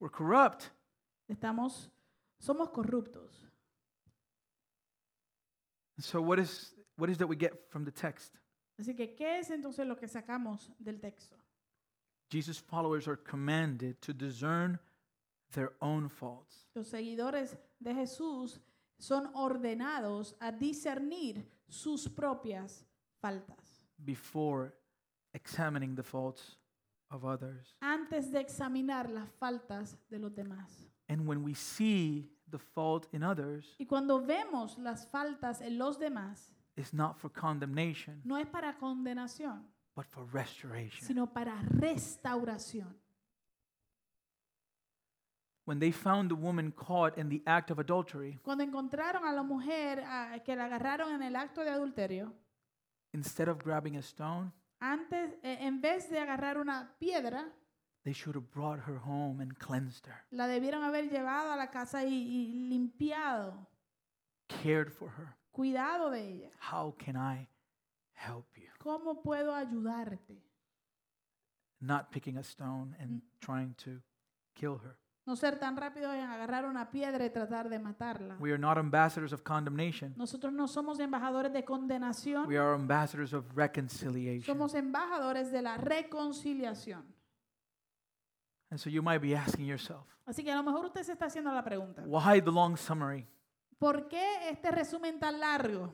[SPEAKER 1] we're corrupt.
[SPEAKER 2] Estamos, somos corruptos.
[SPEAKER 1] And so, what is, what is that we get from the text?
[SPEAKER 2] Así que, ¿qué es entonces lo que sacamos del texto?
[SPEAKER 1] Jesus' followers are commanded to discern their own faults
[SPEAKER 2] Los seguidores de Jesús son ordenados a discernir sus propias faltas
[SPEAKER 1] before examining the faults of others.
[SPEAKER 2] antes de examinar las faltas de los demás.
[SPEAKER 1] And when we see the fault in others,
[SPEAKER 2] Y cuando vemos las faltas en los demás,
[SPEAKER 1] it's not for condemnation,
[SPEAKER 2] no es para condenación,
[SPEAKER 1] but for restoration.
[SPEAKER 2] sino para restauración.
[SPEAKER 1] When they found the woman caught in the act of adultery,
[SPEAKER 2] Cuando encontraron a la mujer ah, que la agarraron en el acto de adulterio,
[SPEAKER 1] instead of grabbing a stone,
[SPEAKER 2] antes, eh, en vez de agarrar una piedra,
[SPEAKER 1] they should have brought her home and cleansed her,
[SPEAKER 2] la debieron haber llevado a la casa y- y limpiado,
[SPEAKER 1] cared for her.
[SPEAKER 2] cuidado de ella.
[SPEAKER 1] How can I help you?
[SPEAKER 2] ¿Cómo puedo ayudarte?
[SPEAKER 1] Not picking a stone and
[SPEAKER 2] Mm.
[SPEAKER 1] trying to kill her.
[SPEAKER 2] No ser tan rápido en agarrar una piedra y tratar de matarla.
[SPEAKER 1] We are not ambassadors of condemnation.
[SPEAKER 2] Nosotros no somos embajadores de condenación,
[SPEAKER 1] We are ambassadors of reconciliation.
[SPEAKER 2] somos embajadores de la reconciliación.
[SPEAKER 1] And so you might be asking yourself,
[SPEAKER 2] Así que a lo mejor usted se está haciendo la pregunta,
[SPEAKER 1] why the long summary?
[SPEAKER 2] ¿por qué este resumen tan largo?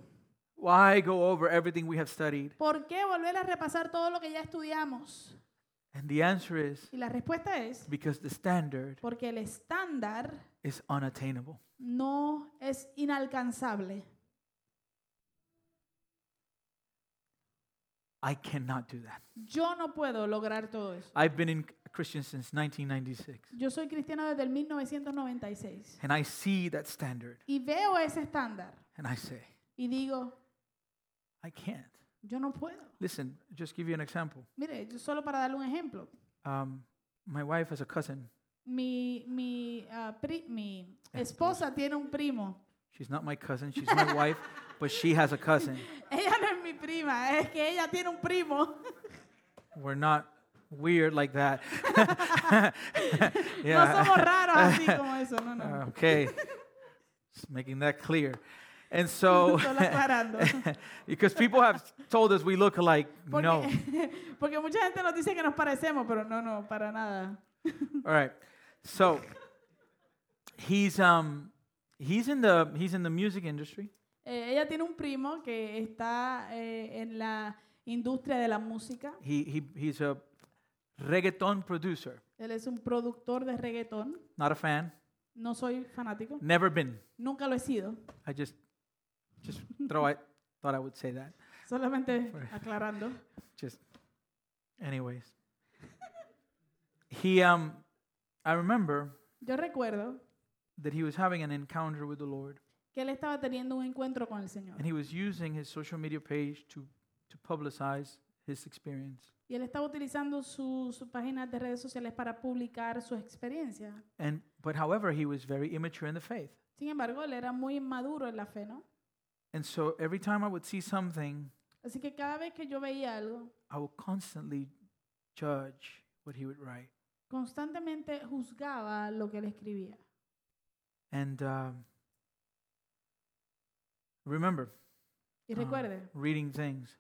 [SPEAKER 1] Why go over everything we have studied?
[SPEAKER 2] ¿Por qué volver a repasar todo lo que ya estudiamos?
[SPEAKER 1] And the answer is
[SPEAKER 2] Y la respuesta es
[SPEAKER 1] because the standard
[SPEAKER 2] porque el estándar
[SPEAKER 1] is unattainable.
[SPEAKER 2] no es inalcanzable.
[SPEAKER 1] I cannot do that.
[SPEAKER 2] Yo no puedo lograr todo eso.
[SPEAKER 1] I've been in a Christian since 1996,
[SPEAKER 2] Yo soy cristiana desde el 1996
[SPEAKER 1] and I see that standard,
[SPEAKER 2] y veo ese estándar
[SPEAKER 1] and I say,
[SPEAKER 2] y digo,
[SPEAKER 1] I can't.
[SPEAKER 2] yo no puedo.
[SPEAKER 1] Listen, just give you an example.
[SPEAKER 2] Mire, yo solo para darle un ejemplo,
[SPEAKER 1] Um, my wife has a cousin.
[SPEAKER 2] mi, mi, ah, pri- mi esposa tiene un primo.
[SPEAKER 1] She's not my cousin, she's my wife, but she has a cousin.
[SPEAKER 2] Ella no es mi prima, es que ella tiene un primo.
[SPEAKER 1] We're not weird like that.
[SPEAKER 2] No somos raros así como eso, no, no.
[SPEAKER 1] Okay. Just making that clear. And so,
[SPEAKER 2] Solo aclarando.
[SPEAKER 1] because people have told us we look alike.
[SPEAKER 2] Porque,
[SPEAKER 1] No. All
[SPEAKER 2] porque mucha gente nos dice que nos parecemos, pero no, no, para nada.
[SPEAKER 1] right. So, he's um he's in the he's in the music industry
[SPEAKER 2] Eh, ella tiene un primo que está eh, en la industria de la música.
[SPEAKER 1] he, he he's a reggaeton producer
[SPEAKER 2] Él es un productor de reggaetón.
[SPEAKER 1] not a fan
[SPEAKER 2] No soy fanático.
[SPEAKER 1] never been
[SPEAKER 2] Nunca lo he sido.
[SPEAKER 1] i just just throw it thought i would say that
[SPEAKER 2] Solamente aclarando.
[SPEAKER 1] just anyways he um i remember
[SPEAKER 2] Yo recuerdo
[SPEAKER 1] that he was having an encounter with the lord
[SPEAKER 2] que él estaba teniendo un encuentro con el Señor.
[SPEAKER 1] and he was using his social media page to to publicize his experience
[SPEAKER 2] Y él estaba utilizando sus páginas de redes sociales para publicar su experiencia.
[SPEAKER 1] and but however he was very immature in the faith
[SPEAKER 2] Sin embargo, él era muy inmaduro en la fe, ¿no?
[SPEAKER 1] and so every time i would see something
[SPEAKER 2] Así que cada vez que yo veía algo,
[SPEAKER 1] i would constantly judge what he would write
[SPEAKER 2] constantemente juzgaba lo que él escribía.
[SPEAKER 1] And um, remember
[SPEAKER 2] Y
[SPEAKER 1] Ah.
[SPEAKER 2] recuerde,
[SPEAKER 1] reading things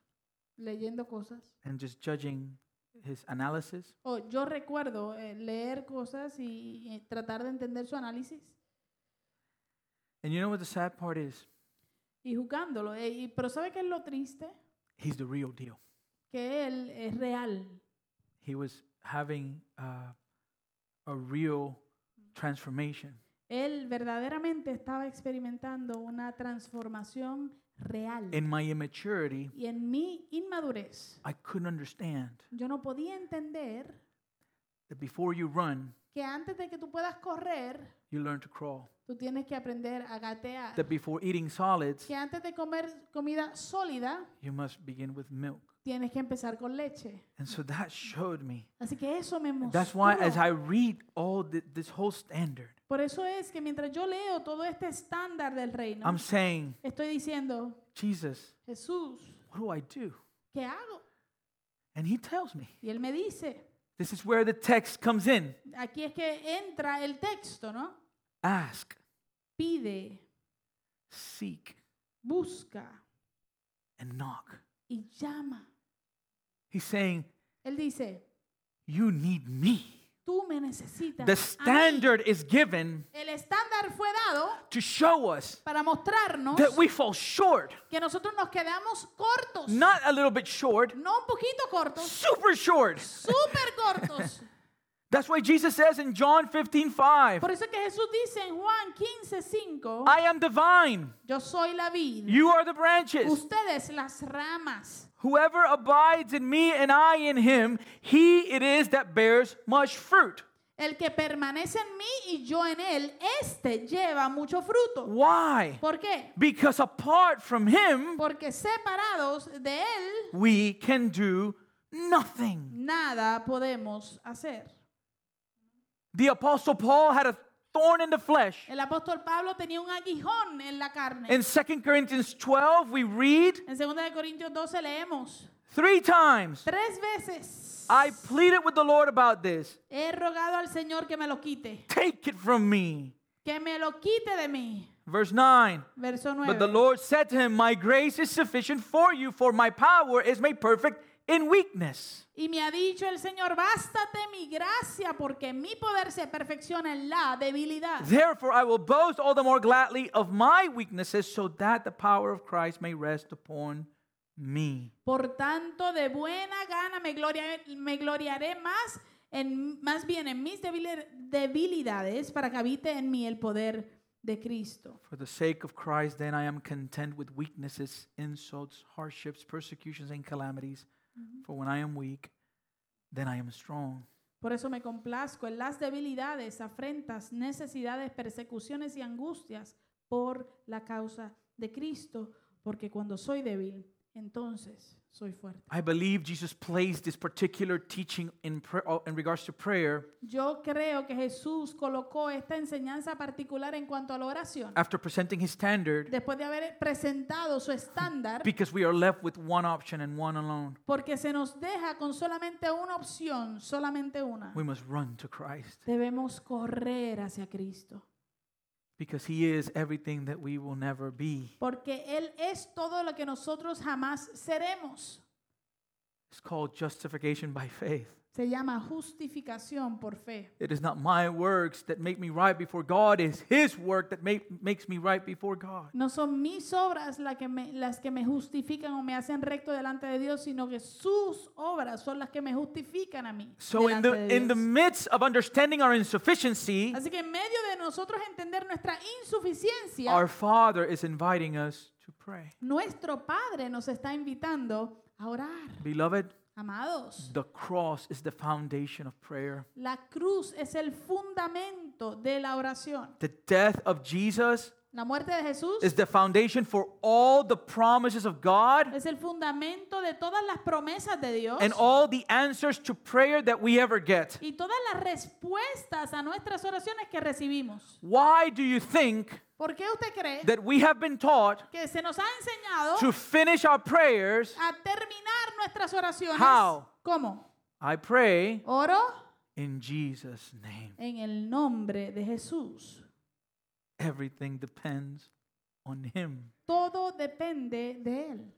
[SPEAKER 2] leyendo cosas.
[SPEAKER 1] and just judging his analysis.
[SPEAKER 2] O yo recuerdo eh, leer cosas y, y tratar de entender su análisis
[SPEAKER 1] And you know what the sad part is?
[SPEAKER 2] y juzgándolo. Eh, y- pero ¿sabe qué es lo triste?
[SPEAKER 1] He's the real deal.
[SPEAKER 2] Que él es real.
[SPEAKER 1] He was having uh, a real transformation.
[SPEAKER 2] Él verdaderamente estaba experimentando una transformación real.
[SPEAKER 1] In my immaturity,
[SPEAKER 2] y en mi inmadurez,
[SPEAKER 1] I couldn't understand
[SPEAKER 2] yo no podía entender
[SPEAKER 1] that before you run,
[SPEAKER 2] que antes de que tú puedas correr,
[SPEAKER 1] you learn to crawl.
[SPEAKER 2] tú tienes que aprender a gatear.
[SPEAKER 1] That before eating solids,
[SPEAKER 2] que antes de comer comida sólida,
[SPEAKER 1] you must begin with milk.
[SPEAKER 2] tienes que empezar con leche.
[SPEAKER 1] And so that showed me.
[SPEAKER 2] Así que eso me mostró.
[SPEAKER 1] That's why, as I read all thi- this whole standard,
[SPEAKER 2] Por eso es que mientras yo leo todo este estándar del reino,
[SPEAKER 1] I'm saying,
[SPEAKER 2] estoy diciendo,
[SPEAKER 1] Jesus,
[SPEAKER 2] Jesús,
[SPEAKER 1] what do I do?
[SPEAKER 2] ¿qué hago?
[SPEAKER 1] And he tells me.
[SPEAKER 2] Y él me dice,
[SPEAKER 1] This is where the text comes in.
[SPEAKER 2] aquí es que entra el texto, ¿no?
[SPEAKER 1] Ask,
[SPEAKER 2] Pide,
[SPEAKER 1] seek,
[SPEAKER 2] busca
[SPEAKER 1] and knock.
[SPEAKER 2] y llama.
[SPEAKER 1] He's saying,
[SPEAKER 2] Él dice,
[SPEAKER 1] You need me.
[SPEAKER 2] tú me necesitas.
[SPEAKER 1] The
[SPEAKER 2] a mí.
[SPEAKER 1] standard is given
[SPEAKER 2] El estándar fue dado
[SPEAKER 1] to show us
[SPEAKER 2] para mostrarnos
[SPEAKER 1] that we fall short.
[SPEAKER 2] que nosotros nos quedamos cortos.
[SPEAKER 1] Not a little bit short,
[SPEAKER 2] No un poquito cortos,
[SPEAKER 1] super short.
[SPEAKER 2] súper cortos.
[SPEAKER 1] That's why Jesus says in John 15 5,
[SPEAKER 2] Por eso es que Jesús dice en Juan 15, 5,
[SPEAKER 1] I am the vine,
[SPEAKER 2] yo soy la vid,
[SPEAKER 1] you are the branches.
[SPEAKER 2] ustedes las ramas.
[SPEAKER 1] Whoever abides in me and I in him, he it is that bears much fruit.
[SPEAKER 2] El que permanece en mí y yo en él, este lleva mucho fruto.
[SPEAKER 1] Why?
[SPEAKER 2] ¿Por qué?
[SPEAKER 1] Because apart from him,
[SPEAKER 2] Porque separados de él,
[SPEAKER 1] we can do nothing.
[SPEAKER 2] nada podemos hacer.
[SPEAKER 1] The Apostle Paul had a thorn in the flesh.
[SPEAKER 2] El apóstol Pablo tenía un aguijón en la carne.
[SPEAKER 1] In 2 Corinthians 12, we read
[SPEAKER 2] En 2 de Corintios 12 leemos,
[SPEAKER 1] three times
[SPEAKER 2] tres veces
[SPEAKER 1] I pleaded with the Lord about this.
[SPEAKER 2] he rogado al Señor que me lo quite,
[SPEAKER 1] Take it from me.
[SPEAKER 2] que me lo quite de mí.
[SPEAKER 1] Verse 9.
[SPEAKER 2] Verso
[SPEAKER 1] But the
[SPEAKER 2] 9.
[SPEAKER 1] Lord said to him, My grace is sufficient for you, for my power is made perfect in weakness.
[SPEAKER 2] Y me ha dicho el Señor, bástate mi gracia, porque mi poder se perfecciona en la debilidad.
[SPEAKER 1] Therefore, I will boast all the more gladly of my weaknesses, so that the power of Christ may rest upon me.
[SPEAKER 2] Por tanto, de buena gana me, gloria- me gloriaré más, en, más bien en mis debili- debilidades, para que habite en mí el poder de Cristo.
[SPEAKER 1] For the sake of Christ, then I am content with weaknesses, insults, hardships, persecutions, and calamities. For when I am weak, then I am strong.
[SPEAKER 2] Por eso me complazco en las debilidades, afrentas, necesidades, persecuciones y angustias por la causa de Cristo, porque cuando soy débil, entonces soy fuerte.
[SPEAKER 1] I believe Jesus placed this particular teaching in, pr- uh, in regards to prayer
[SPEAKER 2] Yo creo que Jesús colocó esta enseñanza particular en cuanto a la oración,
[SPEAKER 1] after presenting his standard
[SPEAKER 2] después de haber presentado su estándar,
[SPEAKER 1] because we are left with one option and one alone.
[SPEAKER 2] porque se nos deja con solamente una opción, solamente una.
[SPEAKER 1] We must run to Christ
[SPEAKER 2] Debemos correr hacia Cristo.
[SPEAKER 1] because he is everything that we will never be.
[SPEAKER 2] Porque Él es todo lo que nosotros jamás seremos.
[SPEAKER 1] It's called justification by faith.
[SPEAKER 2] Se llama justificación por fe.
[SPEAKER 1] It is not my works that make me right before God, it's his work that make, makes me right before God.
[SPEAKER 2] No son mis obras la que me- las que me justifican o me hacen recto delante de Dios, sino que sus obras son las que me justifican a mí.
[SPEAKER 1] So in
[SPEAKER 2] delante
[SPEAKER 1] the
[SPEAKER 2] de
[SPEAKER 1] in the
[SPEAKER 2] Dios.
[SPEAKER 1] midst of understanding our insufficiency,
[SPEAKER 2] Así que en medio de nosotros entender nuestra insuficiencia,
[SPEAKER 1] our Father is inviting us to pray.
[SPEAKER 2] nuestro Padre nos está invitando a orar.
[SPEAKER 1] Beloved,
[SPEAKER 2] Amados,
[SPEAKER 1] the cross is the foundation of prayer.
[SPEAKER 2] la cruz es el fundamento de la oración.
[SPEAKER 1] The death of Jesus
[SPEAKER 2] La muerte de Jesús
[SPEAKER 1] is the foundation for all the promises of God
[SPEAKER 2] Es el fundamento de todas las promesas de Dios
[SPEAKER 1] and all the answers to prayer that we ever get.
[SPEAKER 2] y todas las respuestas a nuestras oraciones que recibimos.
[SPEAKER 1] Why do you think
[SPEAKER 2] ¿Por qué usted cree
[SPEAKER 1] that we have been taught
[SPEAKER 2] que se nos ha enseñado
[SPEAKER 1] to finish our prayers?
[SPEAKER 2] a terminar nuestras oraciones?
[SPEAKER 1] How?
[SPEAKER 2] ¿Cómo?
[SPEAKER 1] I pray
[SPEAKER 2] Oro
[SPEAKER 1] in Jesus' name.
[SPEAKER 2] en el nombre de Jesús.
[SPEAKER 1] Everything depends on Him.
[SPEAKER 2] Todo depende de Él.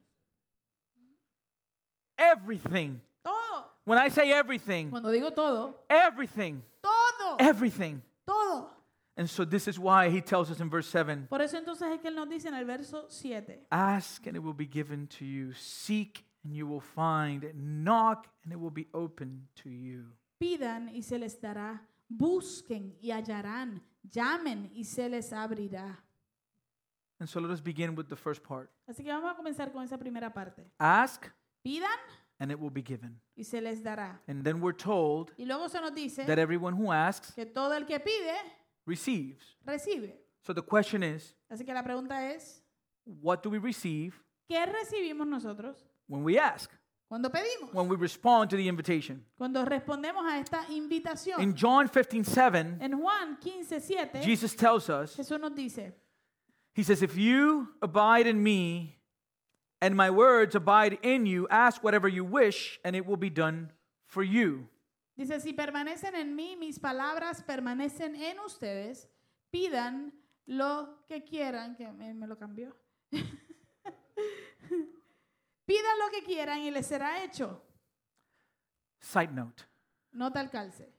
[SPEAKER 1] Everything.
[SPEAKER 2] Todo.
[SPEAKER 1] When I say everything,
[SPEAKER 2] Cuando digo todo,
[SPEAKER 1] everything,
[SPEAKER 2] todo,
[SPEAKER 1] everything.
[SPEAKER 2] todo.
[SPEAKER 1] And so this is why he tells us in verse 7
[SPEAKER 2] Por eso entonces es que Él nos dice en el verso 7.
[SPEAKER 1] Ask and it will be given to you, seek and you will find, knock and it will be open to you.
[SPEAKER 2] Pidan y se les dará, busquen y hallarán, llamen y se les abrirá.
[SPEAKER 1] And so let us begin with the first part
[SPEAKER 2] Así que vamos a comenzar con esa primera parte.
[SPEAKER 1] ask
[SPEAKER 2] Pidan
[SPEAKER 1] and it will be given.
[SPEAKER 2] y se les dará.
[SPEAKER 1] And then we're told
[SPEAKER 2] Y luego se nos dice
[SPEAKER 1] that everyone who asks
[SPEAKER 2] que todo el que pide,
[SPEAKER 1] receives.
[SPEAKER 2] recibe.
[SPEAKER 1] So the question is,
[SPEAKER 2] Así que la pregunta es,
[SPEAKER 1] what do we receive
[SPEAKER 2] ¿qué recibimos nosotros
[SPEAKER 1] when we ask?
[SPEAKER 2] cuando pedimos?
[SPEAKER 1] When we respond to the invitation.
[SPEAKER 2] Cuando respondemos a esta invitación.
[SPEAKER 1] In John 15 7,
[SPEAKER 2] En Juan 15, 7,
[SPEAKER 1] Jesus tells us,
[SPEAKER 2] Jesús nos dice,
[SPEAKER 1] He says, If you abide in me and my words abide in you, ask whatever you wish and it will be done for you.
[SPEAKER 2] Dice, si permanecen en mí, mis palabras permanecen en ustedes, pidan lo que quieran, que me, me lo cambió. pidan lo que quieran y les será hecho.
[SPEAKER 1] Side note
[SPEAKER 2] Nota al calce.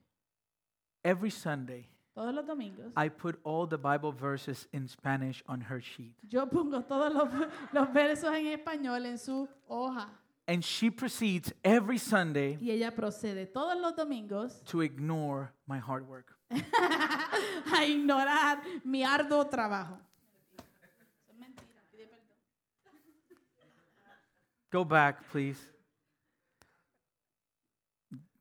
[SPEAKER 1] Every Sunday,
[SPEAKER 2] Todos los domingos.
[SPEAKER 1] I put all the Bible verses in Spanish on her sheet.
[SPEAKER 2] Yo pongo todos los, los versos en español en su hoja.
[SPEAKER 1] And she proceeds every Sunday
[SPEAKER 2] Y ella procede todos los domingos
[SPEAKER 1] to ignore my hard work.
[SPEAKER 2] a ignorar mi arduo trabajo.
[SPEAKER 1] Go back, please.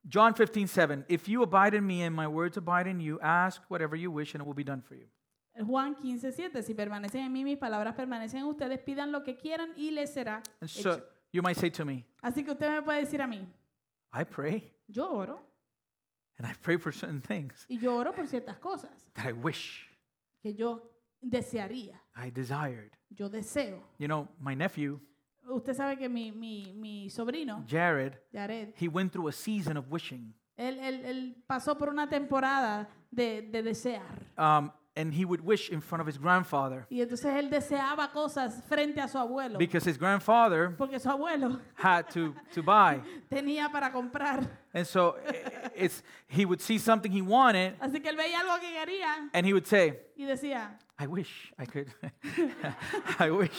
[SPEAKER 1] John 15, 7. If you abide in me and my words abide in you, ask whatever you wish and it will be done for you.
[SPEAKER 2] Juan 15, 7. Si permanecen en mí, mis palabras permanecen en ustedes, pidan lo que quieran y les será
[SPEAKER 1] And so
[SPEAKER 2] hecho.
[SPEAKER 1] you might say to me,
[SPEAKER 2] Así que usted me puede decir a mí,
[SPEAKER 1] I pray
[SPEAKER 2] yo oro
[SPEAKER 1] and I pray for certain things
[SPEAKER 2] y yo oro por ciertas cosas
[SPEAKER 1] that I wish,
[SPEAKER 2] que yo desearía,
[SPEAKER 1] I desired.
[SPEAKER 2] yo deseo.
[SPEAKER 1] You know, my nephew,
[SPEAKER 2] Usted sabe que mi, mi, mi sobrino,
[SPEAKER 1] Jared,
[SPEAKER 2] Jared,
[SPEAKER 1] he went through a season of wishing.
[SPEAKER 2] él, él, él pasó por una temporada de, de desear.
[SPEAKER 1] Um, and he would wish in front of his grandfather
[SPEAKER 2] Y entonces él deseaba cosas frente a su abuelo,
[SPEAKER 1] because his grandfather
[SPEAKER 2] porque su abuelo
[SPEAKER 1] had to, to buy.
[SPEAKER 2] tenía para comprar.
[SPEAKER 1] And so i- it's, he would see something he wanted
[SPEAKER 2] Así que él veía algo que quería
[SPEAKER 1] and he would say,
[SPEAKER 2] y decía,
[SPEAKER 1] I wish I could. I wish.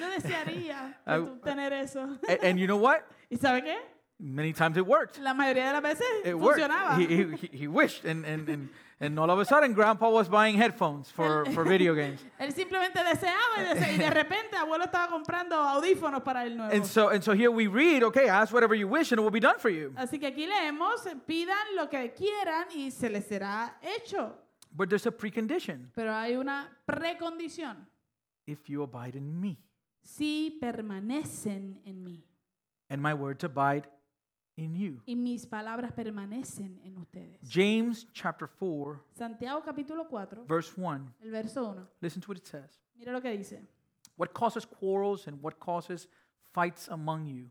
[SPEAKER 2] Yo desearía que
[SPEAKER 1] Ah,
[SPEAKER 2] tú tener eso.
[SPEAKER 1] A- and you know what?
[SPEAKER 2] ¿Y sabe qué?
[SPEAKER 1] Many times it worked.
[SPEAKER 2] La mayoría de las veces
[SPEAKER 1] It worked.
[SPEAKER 2] funcionaba.
[SPEAKER 1] He, he, he- he wished, and, and, and, and all of a sudden, Grandpa was buying headphones for, for video games.
[SPEAKER 2] Él simplemente deseaba y, dese- y de repente abuelo estaba comprando audífonos para él nuevo.
[SPEAKER 1] And so, and so here we read, okay, ask whatever you wish and it will be done for you.
[SPEAKER 2] Así que aquí leemos, pidan lo que quieran y se les será hecho.
[SPEAKER 1] But there's a precondition
[SPEAKER 2] Pero hay una precondición.
[SPEAKER 1] if you abide in me,
[SPEAKER 2] Si permanecen en mí
[SPEAKER 1] and my words abide in you.
[SPEAKER 2] y mis palabras permanecen en ustedes.
[SPEAKER 1] James chapter 4,
[SPEAKER 2] Santiago capítulo 4,
[SPEAKER 1] verse 1.
[SPEAKER 2] el verso 1.
[SPEAKER 1] Listen to what it says.
[SPEAKER 2] Mira lo que dice.
[SPEAKER 1] What causes quarrels and what causes fights among you?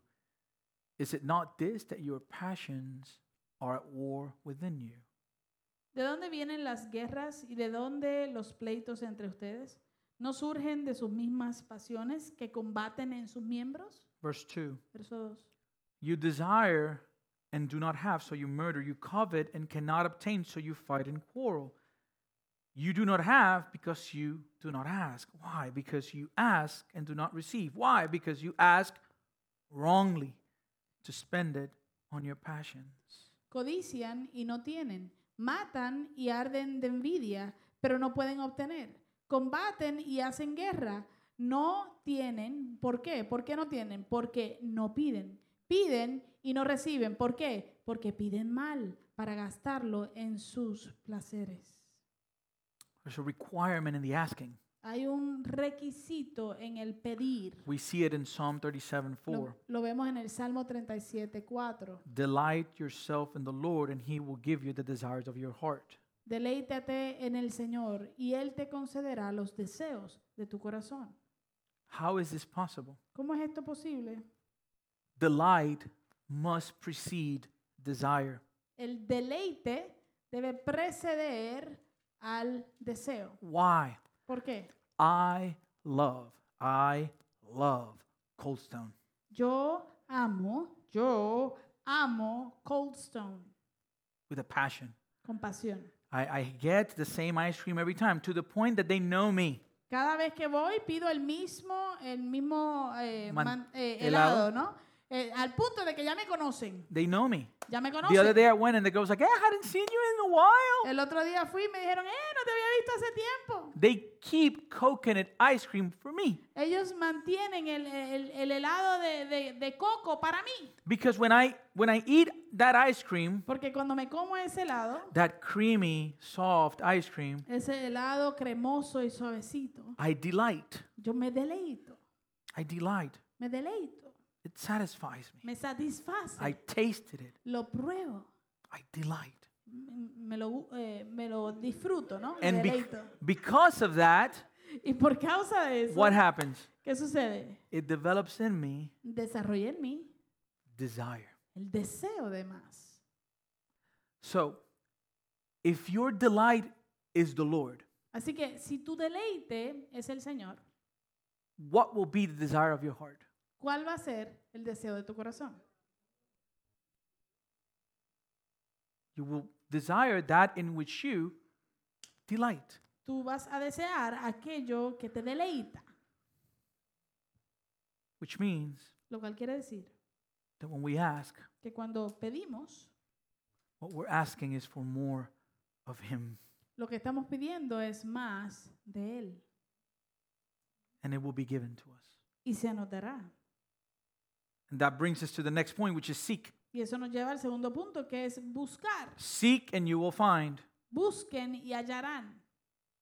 [SPEAKER 1] Is it not this that your passions are at war within you?
[SPEAKER 2] ¿De dónde vienen las guerras y de dónde los pleitos entre ustedes? ¿No surgen de sus mismas pasiones que combaten en sus miembros?
[SPEAKER 1] Verse 2
[SPEAKER 2] Verso 2.
[SPEAKER 1] You desire and do not have, so you murder. You covet and cannot obtain, so you fight and quarrel. You do not have because you do not ask. Why? Because you ask and do not receive. Why? Because you ask wrongly to spend it on your passions.
[SPEAKER 2] Codician y no tienen, matan y arden de envidia, pero no pueden obtener. Combaten y hacen guerra, no tienen. ¿Por qué? ¿Por qué no tienen? Porque no piden. Piden y no reciben. ¿Por qué? Porque piden mal para gastarlo en sus placeres.
[SPEAKER 1] There's a requirement in the asking.
[SPEAKER 2] Hay un requisito en el pedir.
[SPEAKER 1] We see it in Psalm 37 4.
[SPEAKER 2] Lo, lo vemos en el Salmo 37, 4.
[SPEAKER 1] Delight yourself in the Lord, and he will give you the desires of your heart.
[SPEAKER 2] Deleítate en el Señor y Él te concederá los deseos de tu corazón.
[SPEAKER 1] How is this possible?
[SPEAKER 2] ¿Cómo es esto posible?
[SPEAKER 1] Delight must precede desire.
[SPEAKER 2] El deleite debe preceder al deseo.
[SPEAKER 1] Why?
[SPEAKER 2] ¿Por qué?
[SPEAKER 1] I love, I love Cold Stone.
[SPEAKER 2] Yo amo, yo amo Cold Stone
[SPEAKER 1] with a passion.
[SPEAKER 2] con pasión.
[SPEAKER 1] I, I get the same ice cream every time to the point that they know me.
[SPEAKER 2] Cada vez que voy pido el mismo, el mismo eh,
[SPEAKER 1] Man-
[SPEAKER 2] man- eh,
[SPEAKER 1] helado.
[SPEAKER 2] helado, ¿no? Eh, al punto de que ya me conocen.
[SPEAKER 1] They know me.
[SPEAKER 2] Ya me
[SPEAKER 1] The other
[SPEAKER 2] conocen.
[SPEAKER 1] day I went and the girl was like, "Eh, I hadn't seen you in a while.
[SPEAKER 2] El otro día fui y me dijeron, eh, no te había visto hace tiempo.
[SPEAKER 1] They keep coconut ice cream for me
[SPEAKER 2] Ellos mantienen el, el- el helado de, de- de coco para mí.
[SPEAKER 1] because when I when I eat that ice cream,
[SPEAKER 2] Porque cuando me como ese helado,
[SPEAKER 1] that creamy, soft ice cream,
[SPEAKER 2] ese helado cremoso y suavecito,
[SPEAKER 1] I delight.
[SPEAKER 2] yo me deleito,
[SPEAKER 1] I delight.
[SPEAKER 2] me deleito,
[SPEAKER 1] It satisfies me.
[SPEAKER 2] me satisface,
[SPEAKER 1] I tasted it.
[SPEAKER 2] lo pruebo,
[SPEAKER 1] I delight.
[SPEAKER 2] m- me lo, gu- eh, me lo disfruto, ¿no? Me
[SPEAKER 1] And bec-
[SPEAKER 2] deleito.
[SPEAKER 1] because of that,
[SPEAKER 2] Y por causa de eso,
[SPEAKER 1] what happens?
[SPEAKER 2] ¿qué sucede?
[SPEAKER 1] It develops in me
[SPEAKER 2] Desarrollé en mí
[SPEAKER 1] desire.
[SPEAKER 2] el deseo de más.
[SPEAKER 1] So, if your delight is the Lord,
[SPEAKER 2] Así que si tu deleite es el Señor,
[SPEAKER 1] what will be the desire of your heart?
[SPEAKER 2] ¿cuál va a ser el deseo de tu corazón?
[SPEAKER 1] You will desire that in which you delight.
[SPEAKER 2] Tú vas a desear aquello que te deleita,
[SPEAKER 1] Which means
[SPEAKER 2] lo cual quiere decir
[SPEAKER 1] that when we ask,
[SPEAKER 2] que cuando pedimos,
[SPEAKER 1] what we're asking is for more of Him,
[SPEAKER 2] lo que estamos pidiendo es más de Él
[SPEAKER 1] and it will be given to us.
[SPEAKER 2] y se anotará.
[SPEAKER 1] And that brings us to the next point, which is seek.
[SPEAKER 2] Y eso nos lleva al segundo punto, que es buscar.
[SPEAKER 1] Seek and you will find,
[SPEAKER 2] Busquen y hallarán.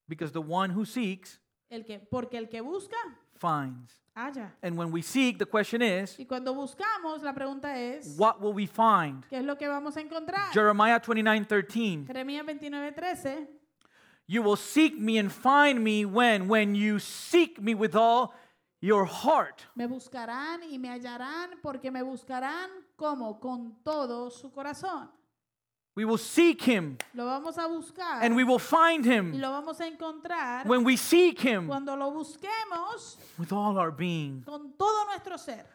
[SPEAKER 1] because the one who seeks
[SPEAKER 2] El que, porque el que busca,
[SPEAKER 1] finds.
[SPEAKER 2] halla.
[SPEAKER 1] And when we seek, the question is,
[SPEAKER 2] Y cuando buscamos, la pregunta es,
[SPEAKER 1] what will we find?
[SPEAKER 2] ¿qué es lo que vamos a encontrar?
[SPEAKER 1] Jeremiah 29 13.
[SPEAKER 2] Jeremías 29, 13.
[SPEAKER 1] You will seek me and find me when? When you seek me with all your heart.
[SPEAKER 2] Me buscarán y me hallarán porque me buscarán como con todo su corazón.
[SPEAKER 1] We will seek him
[SPEAKER 2] Lo vamos a buscar
[SPEAKER 1] and we will find
[SPEAKER 2] y
[SPEAKER 1] him
[SPEAKER 2] lo vamos a encontrar
[SPEAKER 1] when we seek him
[SPEAKER 2] cuando lo busquemos
[SPEAKER 1] with all our being.
[SPEAKER 2] con todo nuestro ser.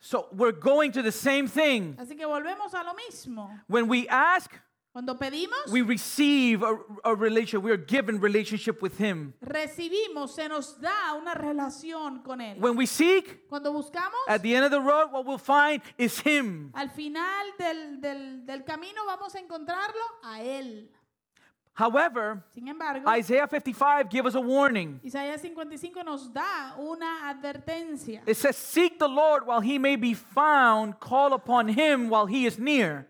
[SPEAKER 1] So we're going to the same thing.
[SPEAKER 2] Así que volvemos a lo mismo.
[SPEAKER 1] When we ask,
[SPEAKER 2] Cuando pedimos,
[SPEAKER 1] we receive a, a relationship. We are given relationship with Him.
[SPEAKER 2] recibimos, se nos da una relación con Él.
[SPEAKER 1] When we seek,
[SPEAKER 2] Cuando buscamos,
[SPEAKER 1] at the end of the road, what we'll find is Him.
[SPEAKER 2] al final del, del- del camino vamos a encontrarlo a Él.
[SPEAKER 1] However,
[SPEAKER 2] Sin embargo,
[SPEAKER 1] Isaiah 55 gives us a warning.
[SPEAKER 2] Isaías 55 nos da una advertencia.
[SPEAKER 1] It says, Seek the Lord while He may be found, call upon Him while He is near.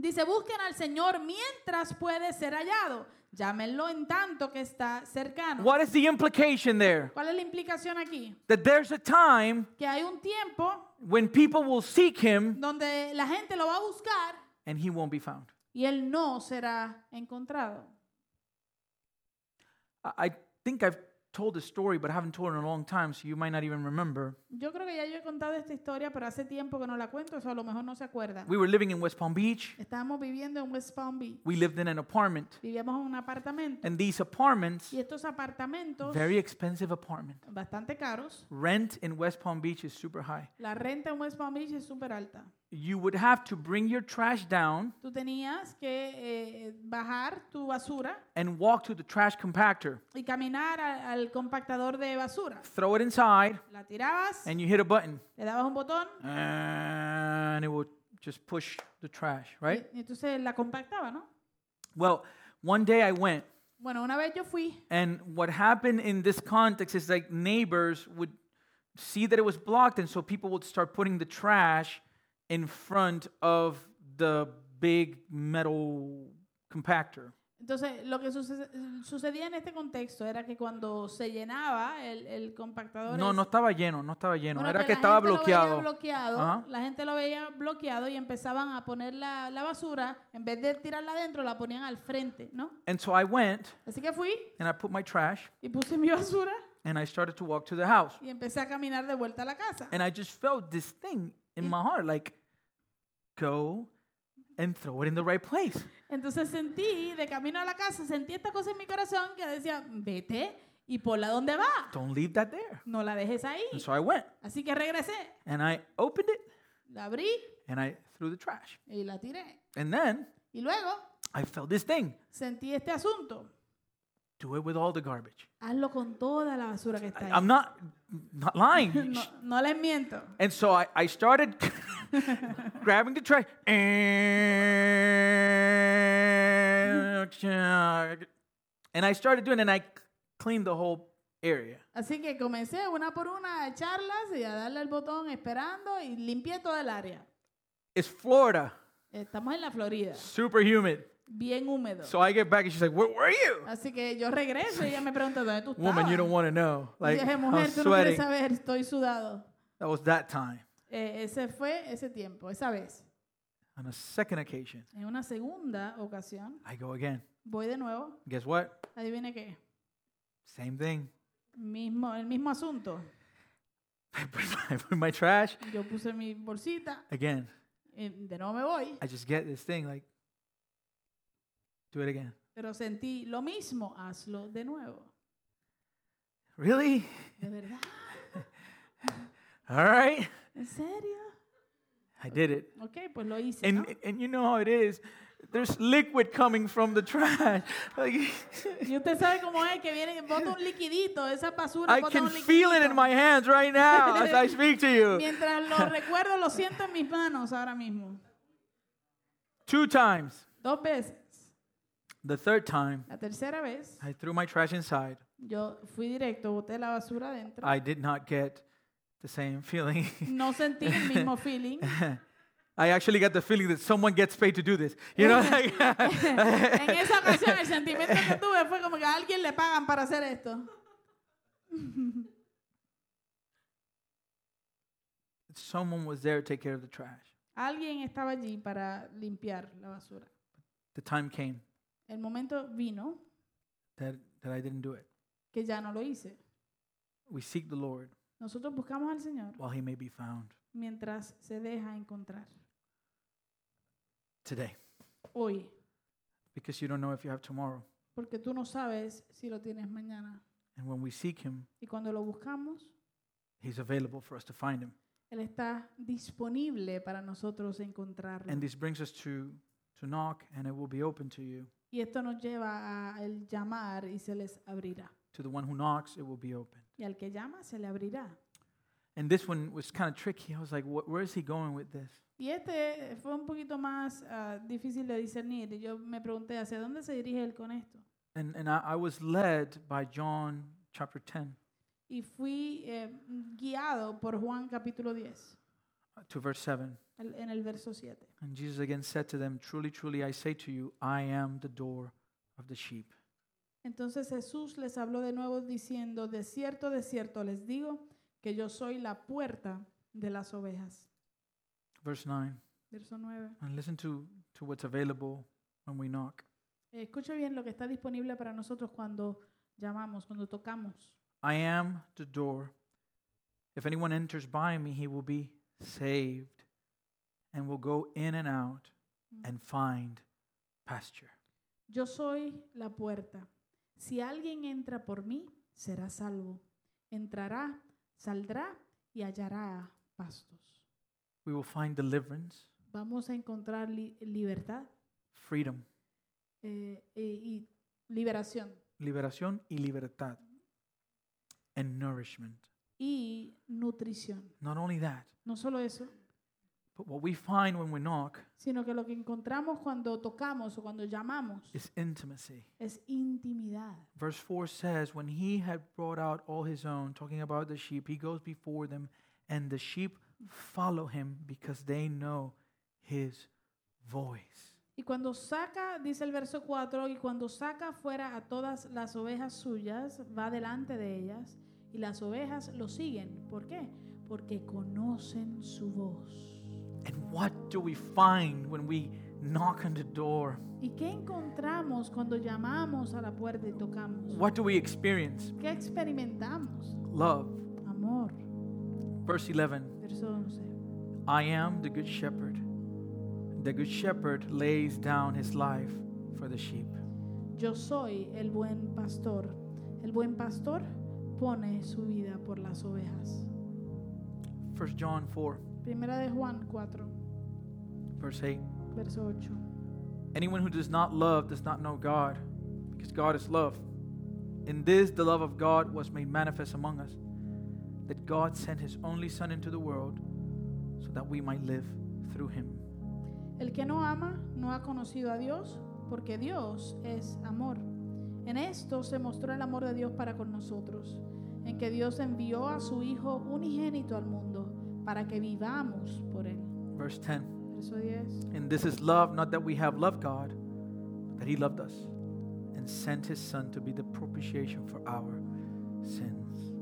[SPEAKER 2] Dice, busquen al Señor mientras puede ser hallado. Llámenlo en tanto que está cercano.
[SPEAKER 1] What is the implication there?
[SPEAKER 2] ¿Cuál es la implicación aquí?
[SPEAKER 1] That there's a time
[SPEAKER 2] Que hay un tiempo
[SPEAKER 1] when people will seek Him
[SPEAKER 2] donde la gente lo va a buscar
[SPEAKER 1] and He won't be found.
[SPEAKER 2] y él no será encontrado.
[SPEAKER 1] I I think I've told this story, but I haven't told it in a long time, so you might not even remember.
[SPEAKER 2] Yo creo que ya yo he contado esta historia, pero hace tiempo que no la cuento, eso a lo mejor no se acuerda.
[SPEAKER 1] We were living in West Palm Beach.
[SPEAKER 2] Estábamos viviendo en West Palm Beach.
[SPEAKER 1] We lived in an apartment.
[SPEAKER 2] Vivíamos en un apartamento
[SPEAKER 1] And these apartments,
[SPEAKER 2] y estos apartamentos
[SPEAKER 1] very expensive apartment.
[SPEAKER 2] bastante caros.
[SPEAKER 1] Rent in West Palm Beach is super high.
[SPEAKER 2] La renta en West Palm Beach es súper alta.
[SPEAKER 1] You would have to bring your trash down
[SPEAKER 2] Tú tenías que eh, bajar tu basura
[SPEAKER 1] and walk to the trash compactor,
[SPEAKER 2] y caminar a- al compactador de basura.
[SPEAKER 1] throw it inside,
[SPEAKER 2] La tirabas,
[SPEAKER 1] and you hit a button,
[SPEAKER 2] le dabas un botón
[SPEAKER 1] and it would just push the trash, right?
[SPEAKER 2] y, y entonces la compactaba, ¿no?
[SPEAKER 1] Well, one day I went,
[SPEAKER 2] Bueno, una vez yo fui
[SPEAKER 1] and what happened in this context is like neighbors would see that it was blocked, and so people would start putting the trash in front of the big metal compactor.
[SPEAKER 2] Entonces, lo que suce- sucedía en este contexto era que cuando se llenaba el, el compactador...
[SPEAKER 1] No,
[SPEAKER 2] ese-
[SPEAKER 1] no estaba lleno, no estaba lleno,
[SPEAKER 2] bueno,
[SPEAKER 1] era que
[SPEAKER 2] la
[SPEAKER 1] estaba
[SPEAKER 2] gente lo veía
[SPEAKER 1] bloqueado.
[SPEAKER 2] bloqueado,
[SPEAKER 1] Ajá.
[SPEAKER 2] La gente lo veía bloqueado y empezaban a poner la, la basura, en vez de tirarla adentro, la ponían al frente, ¿no?
[SPEAKER 1] And so I went
[SPEAKER 2] Así que fui
[SPEAKER 1] and I put my trash
[SPEAKER 2] y puse mi basura
[SPEAKER 1] and I started to walk to the house.
[SPEAKER 2] y empecé a caminar de vuelta a la casa.
[SPEAKER 1] And I just felt this thing in
[SPEAKER 2] Y-
[SPEAKER 1] my heart like, go and throw it in the right place.
[SPEAKER 2] Entonces sentí, de camino a la casa, sentí esta cosa en mi corazón que decía, vete y ponla donde va.
[SPEAKER 1] Don't leave that there.
[SPEAKER 2] No la dejes ahí.
[SPEAKER 1] And so I went
[SPEAKER 2] Así que regresé,
[SPEAKER 1] and I opened it
[SPEAKER 2] la abrí
[SPEAKER 1] and I threw the trash.
[SPEAKER 2] y la tiré.
[SPEAKER 1] And then
[SPEAKER 2] Y luego
[SPEAKER 1] I felt this thing
[SPEAKER 2] sentí este asunto.
[SPEAKER 1] do it with all the garbage.
[SPEAKER 2] Hazlo con toda la basura que está
[SPEAKER 1] I,
[SPEAKER 2] ahí.
[SPEAKER 1] I'm not, not lying.
[SPEAKER 2] No, no les miento.
[SPEAKER 1] And so I, I started grabbing the trash. And I started doing it, and I c- cleaned the whole area.
[SPEAKER 2] Así que comencé una por una a echarlas y a darle el botón esperando y limpié todo el área.
[SPEAKER 1] It's Florida,
[SPEAKER 2] Estamos en la Florida,
[SPEAKER 1] super humid.
[SPEAKER 2] bien húmedo.
[SPEAKER 1] So I get back, and she's like, Where were you?
[SPEAKER 2] Así que yo regreso y ella me pregunta, ¿dónde tú estabas?
[SPEAKER 1] Woman, you don't want to know.
[SPEAKER 2] Y
[SPEAKER 1] Like,
[SPEAKER 2] dije,
[SPEAKER 1] I'm
[SPEAKER 2] mujer, tú no
[SPEAKER 1] sweating.
[SPEAKER 2] quieres saber, estoy sudado.
[SPEAKER 1] That was that time.
[SPEAKER 2] Eh, ese fue ese tiempo, esa vez.
[SPEAKER 1] On a second occasion,
[SPEAKER 2] En una segunda ocasión,
[SPEAKER 1] I go again.
[SPEAKER 2] voy de nuevo.
[SPEAKER 1] Guess what?
[SPEAKER 2] Adivine qué.
[SPEAKER 1] Same thing.
[SPEAKER 2] Mismo, el mismo asunto.
[SPEAKER 1] I put my, I put my trash
[SPEAKER 2] Yo puse mi bolsita,
[SPEAKER 1] again.
[SPEAKER 2] eh, de nuevo me voy,
[SPEAKER 1] I just get this thing like, do it again.
[SPEAKER 2] pero sentí lo mismo, hazlo de nuevo.
[SPEAKER 1] Really?
[SPEAKER 2] ¿De verdad?
[SPEAKER 1] All right.
[SPEAKER 2] ¿En serio?
[SPEAKER 1] I did it.
[SPEAKER 2] Ok, pues lo hice. ¿no?
[SPEAKER 1] And and you know how it is. There's liquid coming from the trash. Like
[SPEAKER 2] Y usted sabe cómo es que viene, bota un liquidito, esa basura,
[SPEAKER 1] I
[SPEAKER 2] bota
[SPEAKER 1] can
[SPEAKER 2] un
[SPEAKER 1] feel it in
[SPEAKER 2] liquidito.
[SPEAKER 1] my hands right now as I speak to you.
[SPEAKER 2] Mientras lo recuerdo, lo siento en mis manos ahora mismo.
[SPEAKER 1] Two times.
[SPEAKER 2] Dos veces.
[SPEAKER 1] The third time,
[SPEAKER 2] La tercera vez,
[SPEAKER 1] I threw my trash inside.
[SPEAKER 2] yo fui directo, boté la basura adentro.
[SPEAKER 1] I did not get the same feeling.
[SPEAKER 2] No sentí el mismo feeling.
[SPEAKER 1] I actually got the feeling that someone gets paid to do this. You know, like,
[SPEAKER 2] En esa ocasión, el sentimiento que tuve fue como que a alguien le pagan para hacer esto.
[SPEAKER 1] someone was there to take care of the trash.
[SPEAKER 2] Alguien estaba allí para limpiar la basura.
[SPEAKER 1] The time came
[SPEAKER 2] El momento vino
[SPEAKER 1] that, that I didn't do it.
[SPEAKER 2] que ya no lo hice.
[SPEAKER 1] We seek the Lord
[SPEAKER 2] Nosotros buscamos al Señor
[SPEAKER 1] while he may be found
[SPEAKER 2] mientras se deja encontrar.
[SPEAKER 1] today
[SPEAKER 2] Hoy,
[SPEAKER 1] because you don't know if you have tomorrow.
[SPEAKER 2] porque tú no sabes si lo tienes mañana.
[SPEAKER 1] And when we seek him,
[SPEAKER 2] Y cuando lo buscamos,
[SPEAKER 1] he's available for us to find him.
[SPEAKER 2] Él está disponible para nosotros encontrarlo.
[SPEAKER 1] And this brings us to, to knock and it will be open to you.
[SPEAKER 2] Y esto nos lleva a el llamar y se les abrirá.
[SPEAKER 1] To the one who knocks, it will be open.
[SPEAKER 2] Y al que llama se le abrirá.
[SPEAKER 1] And this one was kind of tricky. I was like, "Wh- where is he going with this?
[SPEAKER 2] Y este fue un poquito más ah, difícil de discernir. Y yo me pregunté, ¿hacia dónde se dirige él con esto?
[SPEAKER 1] And, and I, I was led by John chapter 10
[SPEAKER 2] Y fui eh, guiado por Juan capítulo 10,
[SPEAKER 1] uh, to verse 7.
[SPEAKER 2] al- en el verso 7.
[SPEAKER 1] And Jesus again said to them, Truly, truly, I say to you, I am the door of the sheep.
[SPEAKER 2] Entonces Jesús les habló de nuevo diciendo, de cierto, de cierto les digo que yo soy la puerta de las ovejas.
[SPEAKER 1] Verse 9.
[SPEAKER 2] Verso 9.
[SPEAKER 1] And listen to, to what's available when we knock.
[SPEAKER 2] Eh, Escucha bien lo que está disponible para nosotros cuando llamamos, cuando tocamos.
[SPEAKER 1] I am the door. If anyone enters by me, he will be saved and will go in and out and find pasture.
[SPEAKER 2] Yo soy la puerta. Si alguien entra por mí, será salvo. Entrará, saldrá y hallará pastos.
[SPEAKER 1] We will find deliverance,
[SPEAKER 2] Vamos a encontrar li- libertad
[SPEAKER 1] freedom,
[SPEAKER 2] eh, y, y liberación
[SPEAKER 1] liberación y libertad, and nourishment.
[SPEAKER 2] y nutrición.
[SPEAKER 1] Not only that,
[SPEAKER 2] No solo eso,
[SPEAKER 1] but what we find when we knock
[SPEAKER 2] sino que lo que encontramos cuando tocamos o cuando llamamos
[SPEAKER 1] is intimacy.
[SPEAKER 2] es intimidad.
[SPEAKER 1] Verse 4 says, When he had brought out all his own, talking about the sheep, he goes before them, and the sheep follow him because they know his voice.
[SPEAKER 2] Y cuando saca, dice el verso 4, y cuando saca fuera a todas las ovejas suyas, va delante de ellas, y las ovejas lo siguen. ¿Por qué? Porque conocen su voz.
[SPEAKER 1] And what do we find when we knock on the door?
[SPEAKER 2] ¿Y qué encontramos cuando llamamos a la puerta y tocamos?
[SPEAKER 1] What do we experience?
[SPEAKER 2] ¿Qué experimentamos?
[SPEAKER 1] Love.
[SPEAKER 2] Amor.
[SPEAKER 1] Verse 11
[SPEAKER 2] Verso 11.
[SPEAKER 1] I am the good shepherd. The good shepherd lays down his life for the sheep.
[SPEAKER 2] Yo soy el buen pastor. El buen pastor pone su vida por las ovejas.
[SPEAKER 1] First John 4,
[SPEAKER 2] Primera de Juan 4,
[SPEAKER 1] verse 8.
[SPEAKER 2] verso 8.
[SPEAKER 1] Anyone who does not love does not know God, because God is love. In this, the love of God was made manifest among us, that God sent his only Son into the world so that we might live through him.
[SPEAKER 2] El que no ama no ha conocido a Dios, porque Dios es amor. En esto se mostró el amor de Dios para con nosotros, en que Dios envió a su Hijo unigénito al mundo para que vivamos por Él.
[SPEAKER 1] Verse 10
[SPEAKER 2] Verso 10.
[SPEAKER 1] And this is love, not that we have loved God, but that he loved us and sent his Son to be the propitiation for our sins.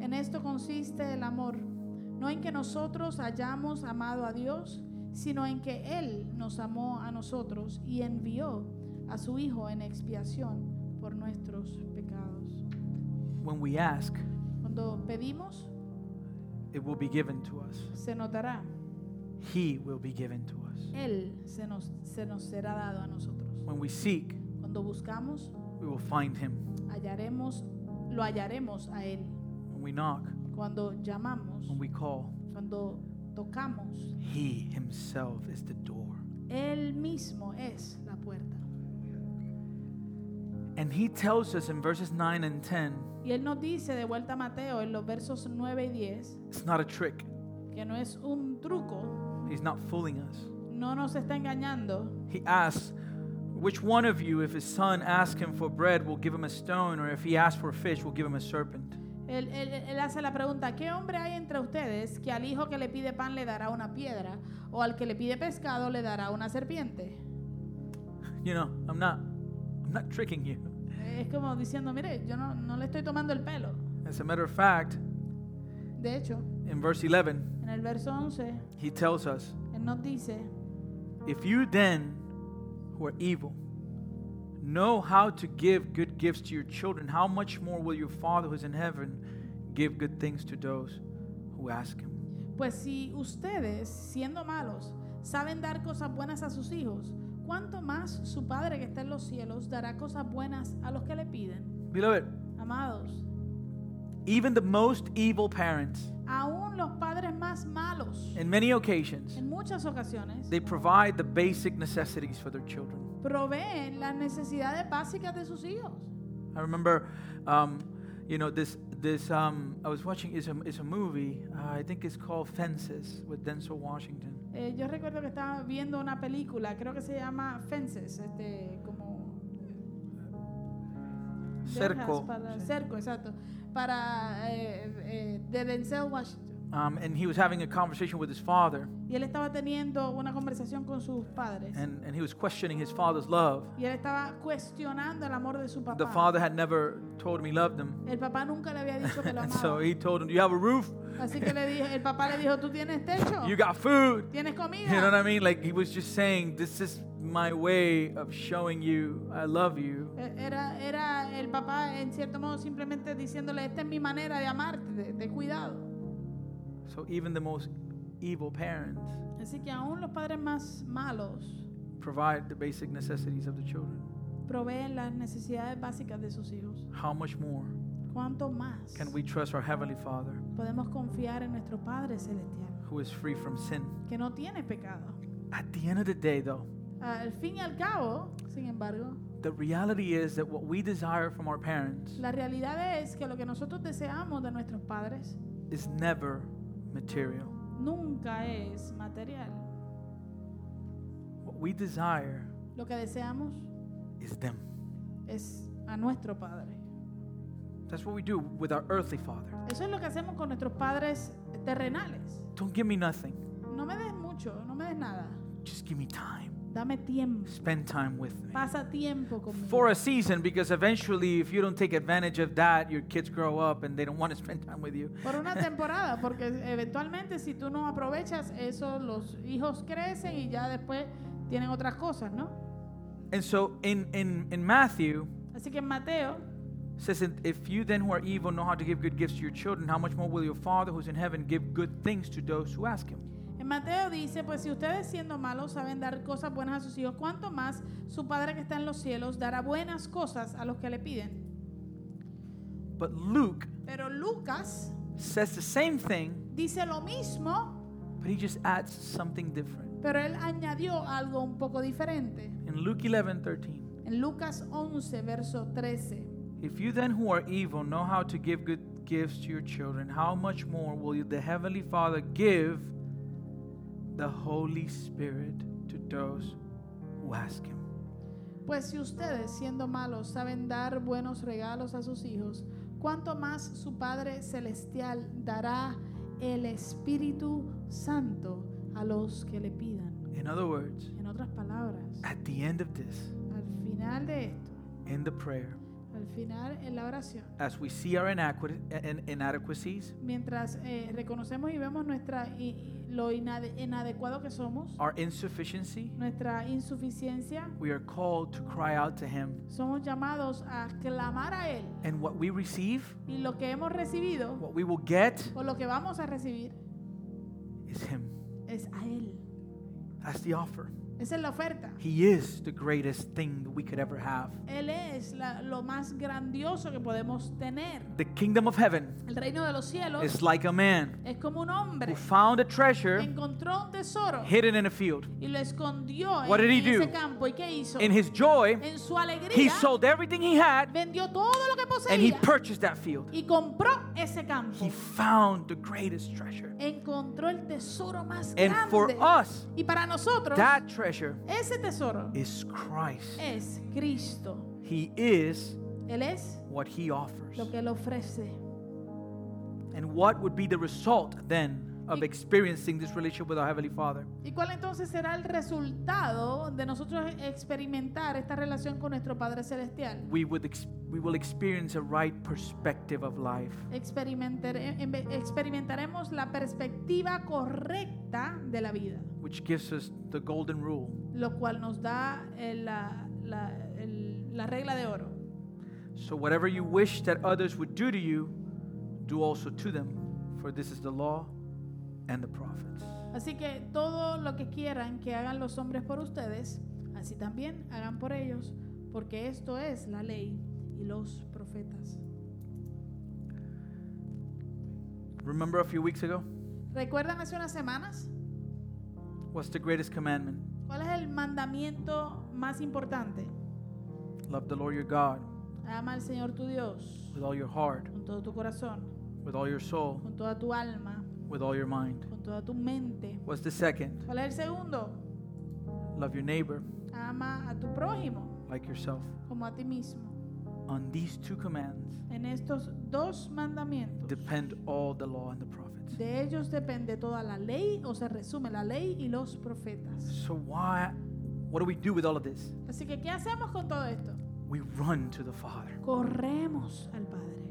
[SPEAKER 2] En esto consiste el amor, no en que nosotros hayamos amado a Dios, sino en que Él nos amó a nosotros y envió a su Hijo en expiación por nuestros pecados.
[SPEAKER 1] When we ask,
[SPEAKER 2] Cuando pedimos,
[SPEAKER 1] it will be given to us,
[SPEAKER 2] se notará.
[SPEAKER 1] he will be given to us.
[SPEAKER 2] Él se nos, se nos será dado a nosotros.
[SPEAKER 1] When we seek,
[SPEAKER 2] Cuando buscamos,
[SPEAKER 1] we will find him.
[SPEAKER 2] hallaremos, lo hallaremos a Él.
[SPEAKER 1] When we knock,
[SPEAKER 2] Cuando llamamos,
[SPEAKER 1] when we call,
[SPEAKER 2] cuando tocamos,
[SPEAKER 1] He Himself is the door.
[SPEAKER 2] Él mismo es la puerta.
[SPEAKER 1] And He tells us in verses 9 and 10,
[SPEAKER 2] Y Él nos dice de vuelta a Mateo en los versos 9 y 10
[SPEAKER 1] it's not a trick.
[SPEAKER 2] que no es un truco,
[SPEAKER 1] He's not fooling us.
[SPEAKER 2] no nos está engañando.
[SPEAKER 1] He asks, Which one of you, if his son asks him for bread, will give him a stone, or if he asks for fish, will give him a serpent?
[SPEAKER 2] Él, él- él hace la pregunta, ¿qué hombre hay entre ustedes que al hijo que le pide pan le dará una piedra o al que le pide pescado le dará una serpiente?
[SPEAKER 1] You know, I'm not I'm not tricking you.
[SPEAKER 2] Es como diciendo, mire, yo no, no le estoy tomando el pelo.
[SPEAKER 1] As a matter of fact,
[SPEAKER 2] De hecho,
[SPEAKER 1] in verse 11,
[SPEAKER 2] en el verso 11,
[SPEAKER 1] he tells us,
[SPEAKER 2] Él nos dice,
[SPEAKER 1] If you then, who are evil, know how to give good gifts to your children, how much more will your Father who is in heaven give good things to those who ask him?
[SPEAKER 2] pues si ustedes, siendo malos, saben dar cosas buenas a sus hijos, ¿cuánto más su Padre que está en los cielos dará cosas buenas a los que le piden?
[SPEAKER 1] Beloved,
[SPEAKER 2] Amados,
[SPEAKER 1] Even the most evil parents,
[SPEAKER 2] Aún los padres más malos,
[SPEAKER 1] in many occasions,
[SPEAKER 2] en muchas ocasiones,
[SPEAKER 1] they provide the basic necessities for their children.
[SPEAKER 2] proveen las necesidades básicas de sus hijos.
[SPEAKER 1] I remember, um, you know, this this um, I was watching is a is a movie. Uh, I think it's called Fences with Denzel Washington.
[SPEAKER 2] Eh, yo recuerdo que estaba viendo una película, creo que se llama Fences, este, como
[SPEAKER 1] Cerco.
[SPEAKER 2] Dejas para- cerco, exacto. Para eh, eh, de Denzel Washington.
[SPEAKER 1] Um, and he was having a conversation with his father,
[SPEAKER 2] Y él estaba teniendo una conversación con sus padres.
[SPEAKER 1] and, and he was questioning his father's love.
[SPEAKER 2] y él estaba cuestionando el amor de su
[SPEAKER 1] The
[SPEAKER 2] papá.
[SPEAKER 1] father had never told him he loved him,
[SPEAKER 2] el papá nunca le había dicho que lo
[SPEAKER 1] and
[SPEAKER 2] amaba.
[SPEAKER 1] so he told him, "Do you have a roof?
[SPEAKER 2] Así que le dijo, el papá le dijo, ¿tú tienes techo?
[SPEAKER 1] You got food?
[SPEAKER 2] ¿Tienes comida?
[SPEAKER 1] You know what I mean?" Like he was just saying, "This is my way of showing you I love you."
[SPEAKER 2] E- Era, era el papá, en cierto modo, simplemente diciéndole, esta es mi manera de amarte, de, de cuidado.
[SPEAKER 1] So even the most evil parents
[SPEAKER 2] Así que aún los padres más malos
[SPEAKER 1] provide the basic necessities of the children.
[SPEAKER 2] proveen las necesidades básicas de sus hijos.
[SPEAKER 1] How much more
[SPEAKER 2] ¿Cuánto más
[SPEAKER 1] can we trust our heavenly Father,
[SPEAKER 2] podemos confiar en nuestro Padre Celestial,
[SPEAKER 1] who is free from sin?
[SPEAKER 2] que no tiene pecado?
[SPEAKER 1] At the end of the day, though,
[SPEAKER 2] Al fin y al cabo, sin embargo,
[SPEAKER 1] the reality is that what we desire from our parents
[SPEAKER 2] la realidad es que lo que nosotros deseamos de nuestros padres
[SPEAKER 1] is never material.
[SPEAKER 2] nunca es material.
[SPEAKER 1] What we desire
[SPEAKER 2] Lo que deseamos
[SPEAKER 1] is them.
[SPEAKER 2] es a nuestro Padre.
[SPEAKER 1] That's what we do with our earthly father.
[SPEAKER 2] Eso es lo que hacemos con nuestros padres terrenales.
[SPEAKER 1] Don't give me nothing.
[SPEAKER 2] No me des mucho, no me des nada.
[SPEAKER 1] Just give me time.
[SPEAKER 2] Dame tiempo.
[SPEAKER 1] Spend time with me.
[SPEAKER 2] Pasa tiempo conmigo.
[SPEAKER 1] For a season, because eventually, if you don't take advantage of that, your kids grow up and they don't want to spend time with you.
[SPEAKER 2] Por una temporada, porque eventualmente si tú no aprovechas eso, los hijos crecen y ya después tienen otras cosas, ¿no?
[SPEAKER 1] And so, in, in, in Matthew,
[SPEAKER 2] Así que en Mateo
[SPEAKER 1] It says "And if you then who are evil know how to give good gifts to your children how much more will your father who's in heaven give good things to those who ask him
[SPEAKER 2] En Mateo dice, pues si ustedes siendo malos saben dar cosas buenas a sus hijos, ¿cuánto más su Padre que está en los cielos dará buenas cosas a los que le piden?
[SPEAKER 1] but luke
[SPEAKER 2] Pero Lucas
[SPEAKER 1] says the same thing
[SPEAKER 2] dice lo mismo,
[SPEAKER 1] but he just adds something different
[SPEAKER 2] pero él añadió algo un poco diferente.
[SPEAKER 1] in luke 11 13
[SPEAKER 2] En Lucas 11, verso 13.
[SPEAKER 1] if you then who are evil know how to give good gifts to your children how much more will you, the heavenly father give the holy spirit to those who ask him
[SPEAKER 2] Pues si ustedes siendo malos saben dar buenos regalos a sus hijos, ¿cuánto más su Padre Celestial dará el Espíritu Santo a los que le pidan?
[SPEAKER 1] in other words
[SPEAKER 2] En otras palabras,
[SPEAKER 1] at the end of this
[SPEAKER 2] Al final de esto,
[SPEAKER 1] in the prayer
[SPEAKER 2] al final en la oración,
[SPEAKER 1] as we see our inadequate, in, inadequacies
[SPEAKER 2] mientras eh, reconocemos y vemos nuestra i- i- lo inade- inadecuado que somos,
[SPEAKER 1] our insufficiency,
[SPEAKER 2] nuestra insuficiencia,
[SPEAKER 1] we are called to cry out to Him.
[SPEAKER 2] somos llamados a clamar a Él.
[SPEAKER 1] And what we receive,
[SPEAKER 2] Y lo que hemos recibido
[SPEAKER 1] what we will get,
[SPEAKER 2] o lo que vamos a recibir
[SPEAKER 1] is Him.
[SPEAKER 2] es a Él.
[SPEAKER 1] That's the offer.
[SPEAKER 2] Esa es la oferta.
[SPEAKER 1] He is the greatest thing that we could ever have.
[SPEAKER 2] Él es la- lo más grandioso que podemos tener.
[SPEAKER 1] The kingdom of heaven
[SPEAKER 2] El reino de los cielos
[SPEAKER 1] is like a man
[SPEAKER 2] es como un
[SPEAKER 1] who
[SPEAKER 2] hombre
[SPEAKER 1] found a
[SPEAKER 2] que
[SPEAKER 1] treasure
[SPEAKER 2] encontró un tesoro
[SPEAKER 1] hidden in a field.
[SPEAKER 2] y lo escondió
[SPEAKER 1] What
[SPEAKER 2] en,
[SPEAKER 1] did he
[SPEAKER 2] en ese
[SPEAKER 1] do?
[SPEAKER 2] campo. ¿Y qué hizo?
[SPEAKER 1] In his joy,
[SPEAKER 2] en su
[SPEAKER 1] he
[SPEAKER 2] alegría
[SPEAKER 1] sold everything he had
[SPEAKER 2] vendió todo lo que
[SPEAKER 1] and he
[SPEAKER 2] poseía
[SPEAKER 1] purchased that field.
[SPEAKER 2] y compró ese campo
[SPEAKER 1] He found the greatest treasure.
[SPEAKER 2] encontró el tesoro más
[SPEAKER 1] And for
[SPEAKER 2] grande
[SPEAKER 1] us,
[SPEAKER 2] y para nosotros
[SPEAKER 1] that treasure
[SPEAKER 2] ese tesoro
[SPEAKER 1] is Christ.
[SPEAKER 2] es Cristo
[SPEAKER 1] He is
[SPEAKER 2] él es
[SPEAKER 1] what he offers.
[SPEAKER 2] lo que él ofrece
[SPEAKER 1] And what would be the result then of experiencing this relationship with our Heavenly Father?
[SPEAKER 2] y cuál entonces será el resultado de nosotros experimentar esta relación con nuestro Padre Celestial
[SPEAKER 1] We, would ex- we will experience a right perspective of life.
[SPEAKER 2] Experimentare- em- experimentaremos la perspectiva correcta de la vida
[SPEAKER 1] Which gives us the golden rule.
[SPEAKER 2] lo cual nos da eh, la- la- el- la regla de oro
[SPEAKER 1] So, whatever you wish that others would do to you, do also to them, for this is the law and the prophets.
[SPEAKER 2] Así que todo lo que quieran que hagan los hombres por ustedes, así también hagan por ellos, porque esto es la ley y los profetas.
[SPEAKER 1] Remember a few weeks ago?
[SPEAKER 2] ¿Recuerdan hace unas semanas?
[SPEAKER 1] What's the greatest commandment?
[SPEAKER 2] ¿Cuál es el mandamiento más importante?
[SPEAKER 1] Love the Lord your God
[SPEAKER 2] Ama al Señor tu Dios
[SPEAKER 1] with all your heart,
[SPEAKER 2] con todo tu corazón,
[SPEAKER 1] with all your soul,
[SPEAKER 2] con toda tu alma,
[SPEAKER 1] with all your mind.
[SPEAKER 2] con toda tu mente.
[SPEAKER 1] What's the second?
[SPEAKER 2] ¿Cuál es el segundo?
[SPEAKER 1] Love your neighbor
[SPEAKER 2] Ama a tu prójimo
[SPEAKER 1] like yourself.
[SPEAKER 2] como a ti mismo.
[SPEAKER 1] On these two commands
[SPEAKER 2] En estos dos mandamientos,
[SPEAKER 1] depend all the law and the prophets.
[SPEAKER 2] de ellos depende toda la ley o se resume la ley y los profetas.
[SPEAKER 1] So why what do we do with all of this?
[SPEAKER 2] Así que, ¿qué hacemos con todo esto?
[SPEAKER 1] We run to the Father.
[SPEAKER 2] Corremos al Padre,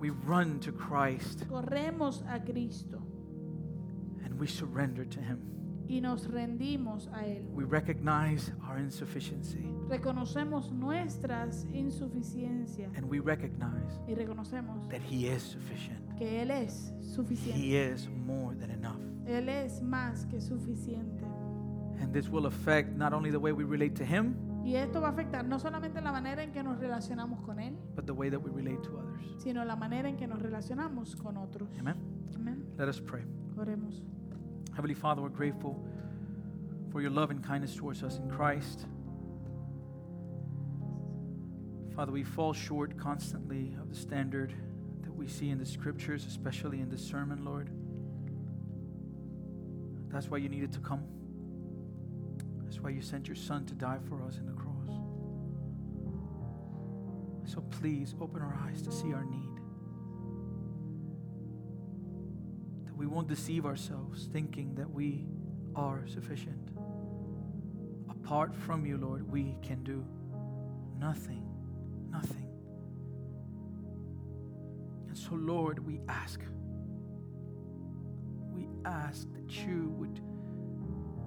[SPEAKER 1] We run to Christ
[SPEAKER 2] corremos a Cristo
[SPEAKER 1] and we surrender to him.
[SPEAKER 2] y nos rendimos a Él.
[SPEAKER 1] We recognize our insufficiency
[SPEAKER 2] Reconocemos nuestras insuficiencias
[SPEAKER 1] and we recognize
[SPEAKER 2] y reconocemos
[SPEAKER 1] that he is sufficient.
[SPEAKER 2] que Él es suficiente.
[SPEAKER 1] He is more than enough.
[SPEAKER 2] Él es más que suficiente.
[SPEAKER 1] And this will affect not only the way we relate to him,
[SPEAKER 2] Y esto va a afectar no solamente la manera en que nos relacionamos con Él,
[SPEAKER 1] but the way that we relate to others.
[SPEAKER 2] sino la manera en que nos relacionamos con otros.
[SPEAKER 1] Amen.
[SPEAKER 2] Amén.
[SPEAKER 1] Let us pray.
[SPEAKER 2] Oremos.
[SPEAKER 1] Heavenly Father, we're grateful for your love and kindness towards us in Christ. Father, we fall short constantly of the standard that we see in the scriptures, especially in this sermon, Lord. That's why you needed to come. That's why you sent your Son to die for us in the cross. So please open our eyes to see our need. that we won't deceive ourselves thinking that we are sufficient. Apart from you, Lord, we can do nothing, nothing. And so, Lord, we ask, we ask that you would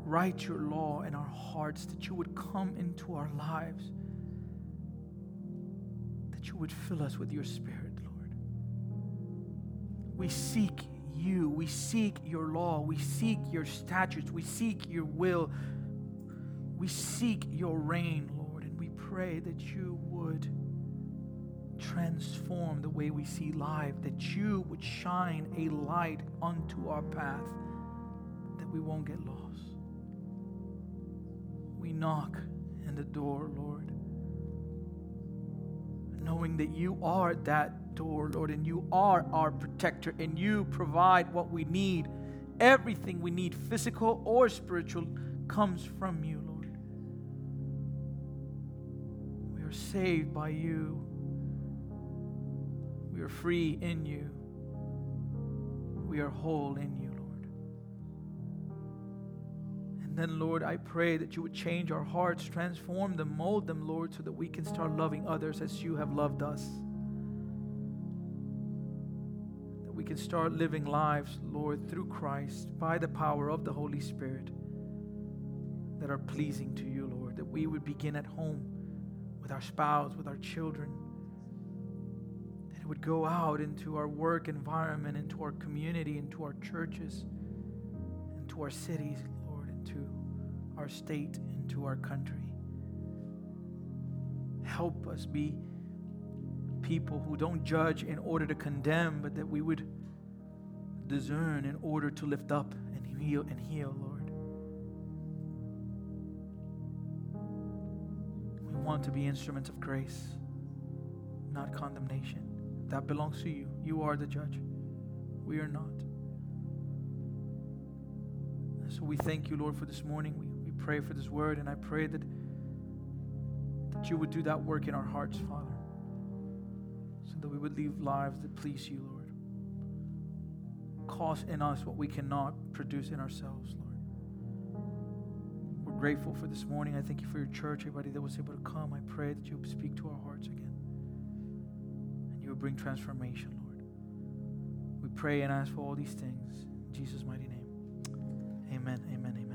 [SPEAKER 1] write your law in our hearts, that you would come into our lives, that you would fill us with your spirit, Lord. We seek you. We seek your law. We seek your statutes. We seek your will. We seek your reign, Lord. And we pray that you would transform the way we see life, that you would shine a light onto our path, that we won't get lost. We knock in the door, Lord knowing that you are that door, Lord, and you are our protector, and you provide what we need. Everything we need, physical or spiritual, comes from you, Lord. We are saved by you, we are free in you, we are whole in you, Lord. And then, Lord, I pray that you would change our hearts, transform them, mold them, Lord, so that we can start loving others as you have loved us. That we can start living lives, Lord, through Christ, by the power of the Holy Spirit, that are pleasing to you, Lord. That we would begin at home with our spouse, with our children. That it would go out into our work environment, into our community, into our churches into our cities, Lord, into our state, into our country. Help us be people who don't judge in order to condemn, but that we would discern in order to lift up and heal and heal, Lord. We want to be instruments of grace, not condemnation. That belongs to you. You are the judge. We are not. So we thank you, Lord, for this morning. We, we pray for this word, and I pray that, that you would do that work in our hearts, Father, so that we would live lives that please you, Lord. Cause in us what we cannot produce in ourselves, Lord. We're grateful for this morning. I thank you for your church, everybody that was able to come. I pray that you would speak to our hearts again and you would bring transformation, Lord. We pray and ask for all these things in Jesus' mighty name. Amen. Amen. Amen.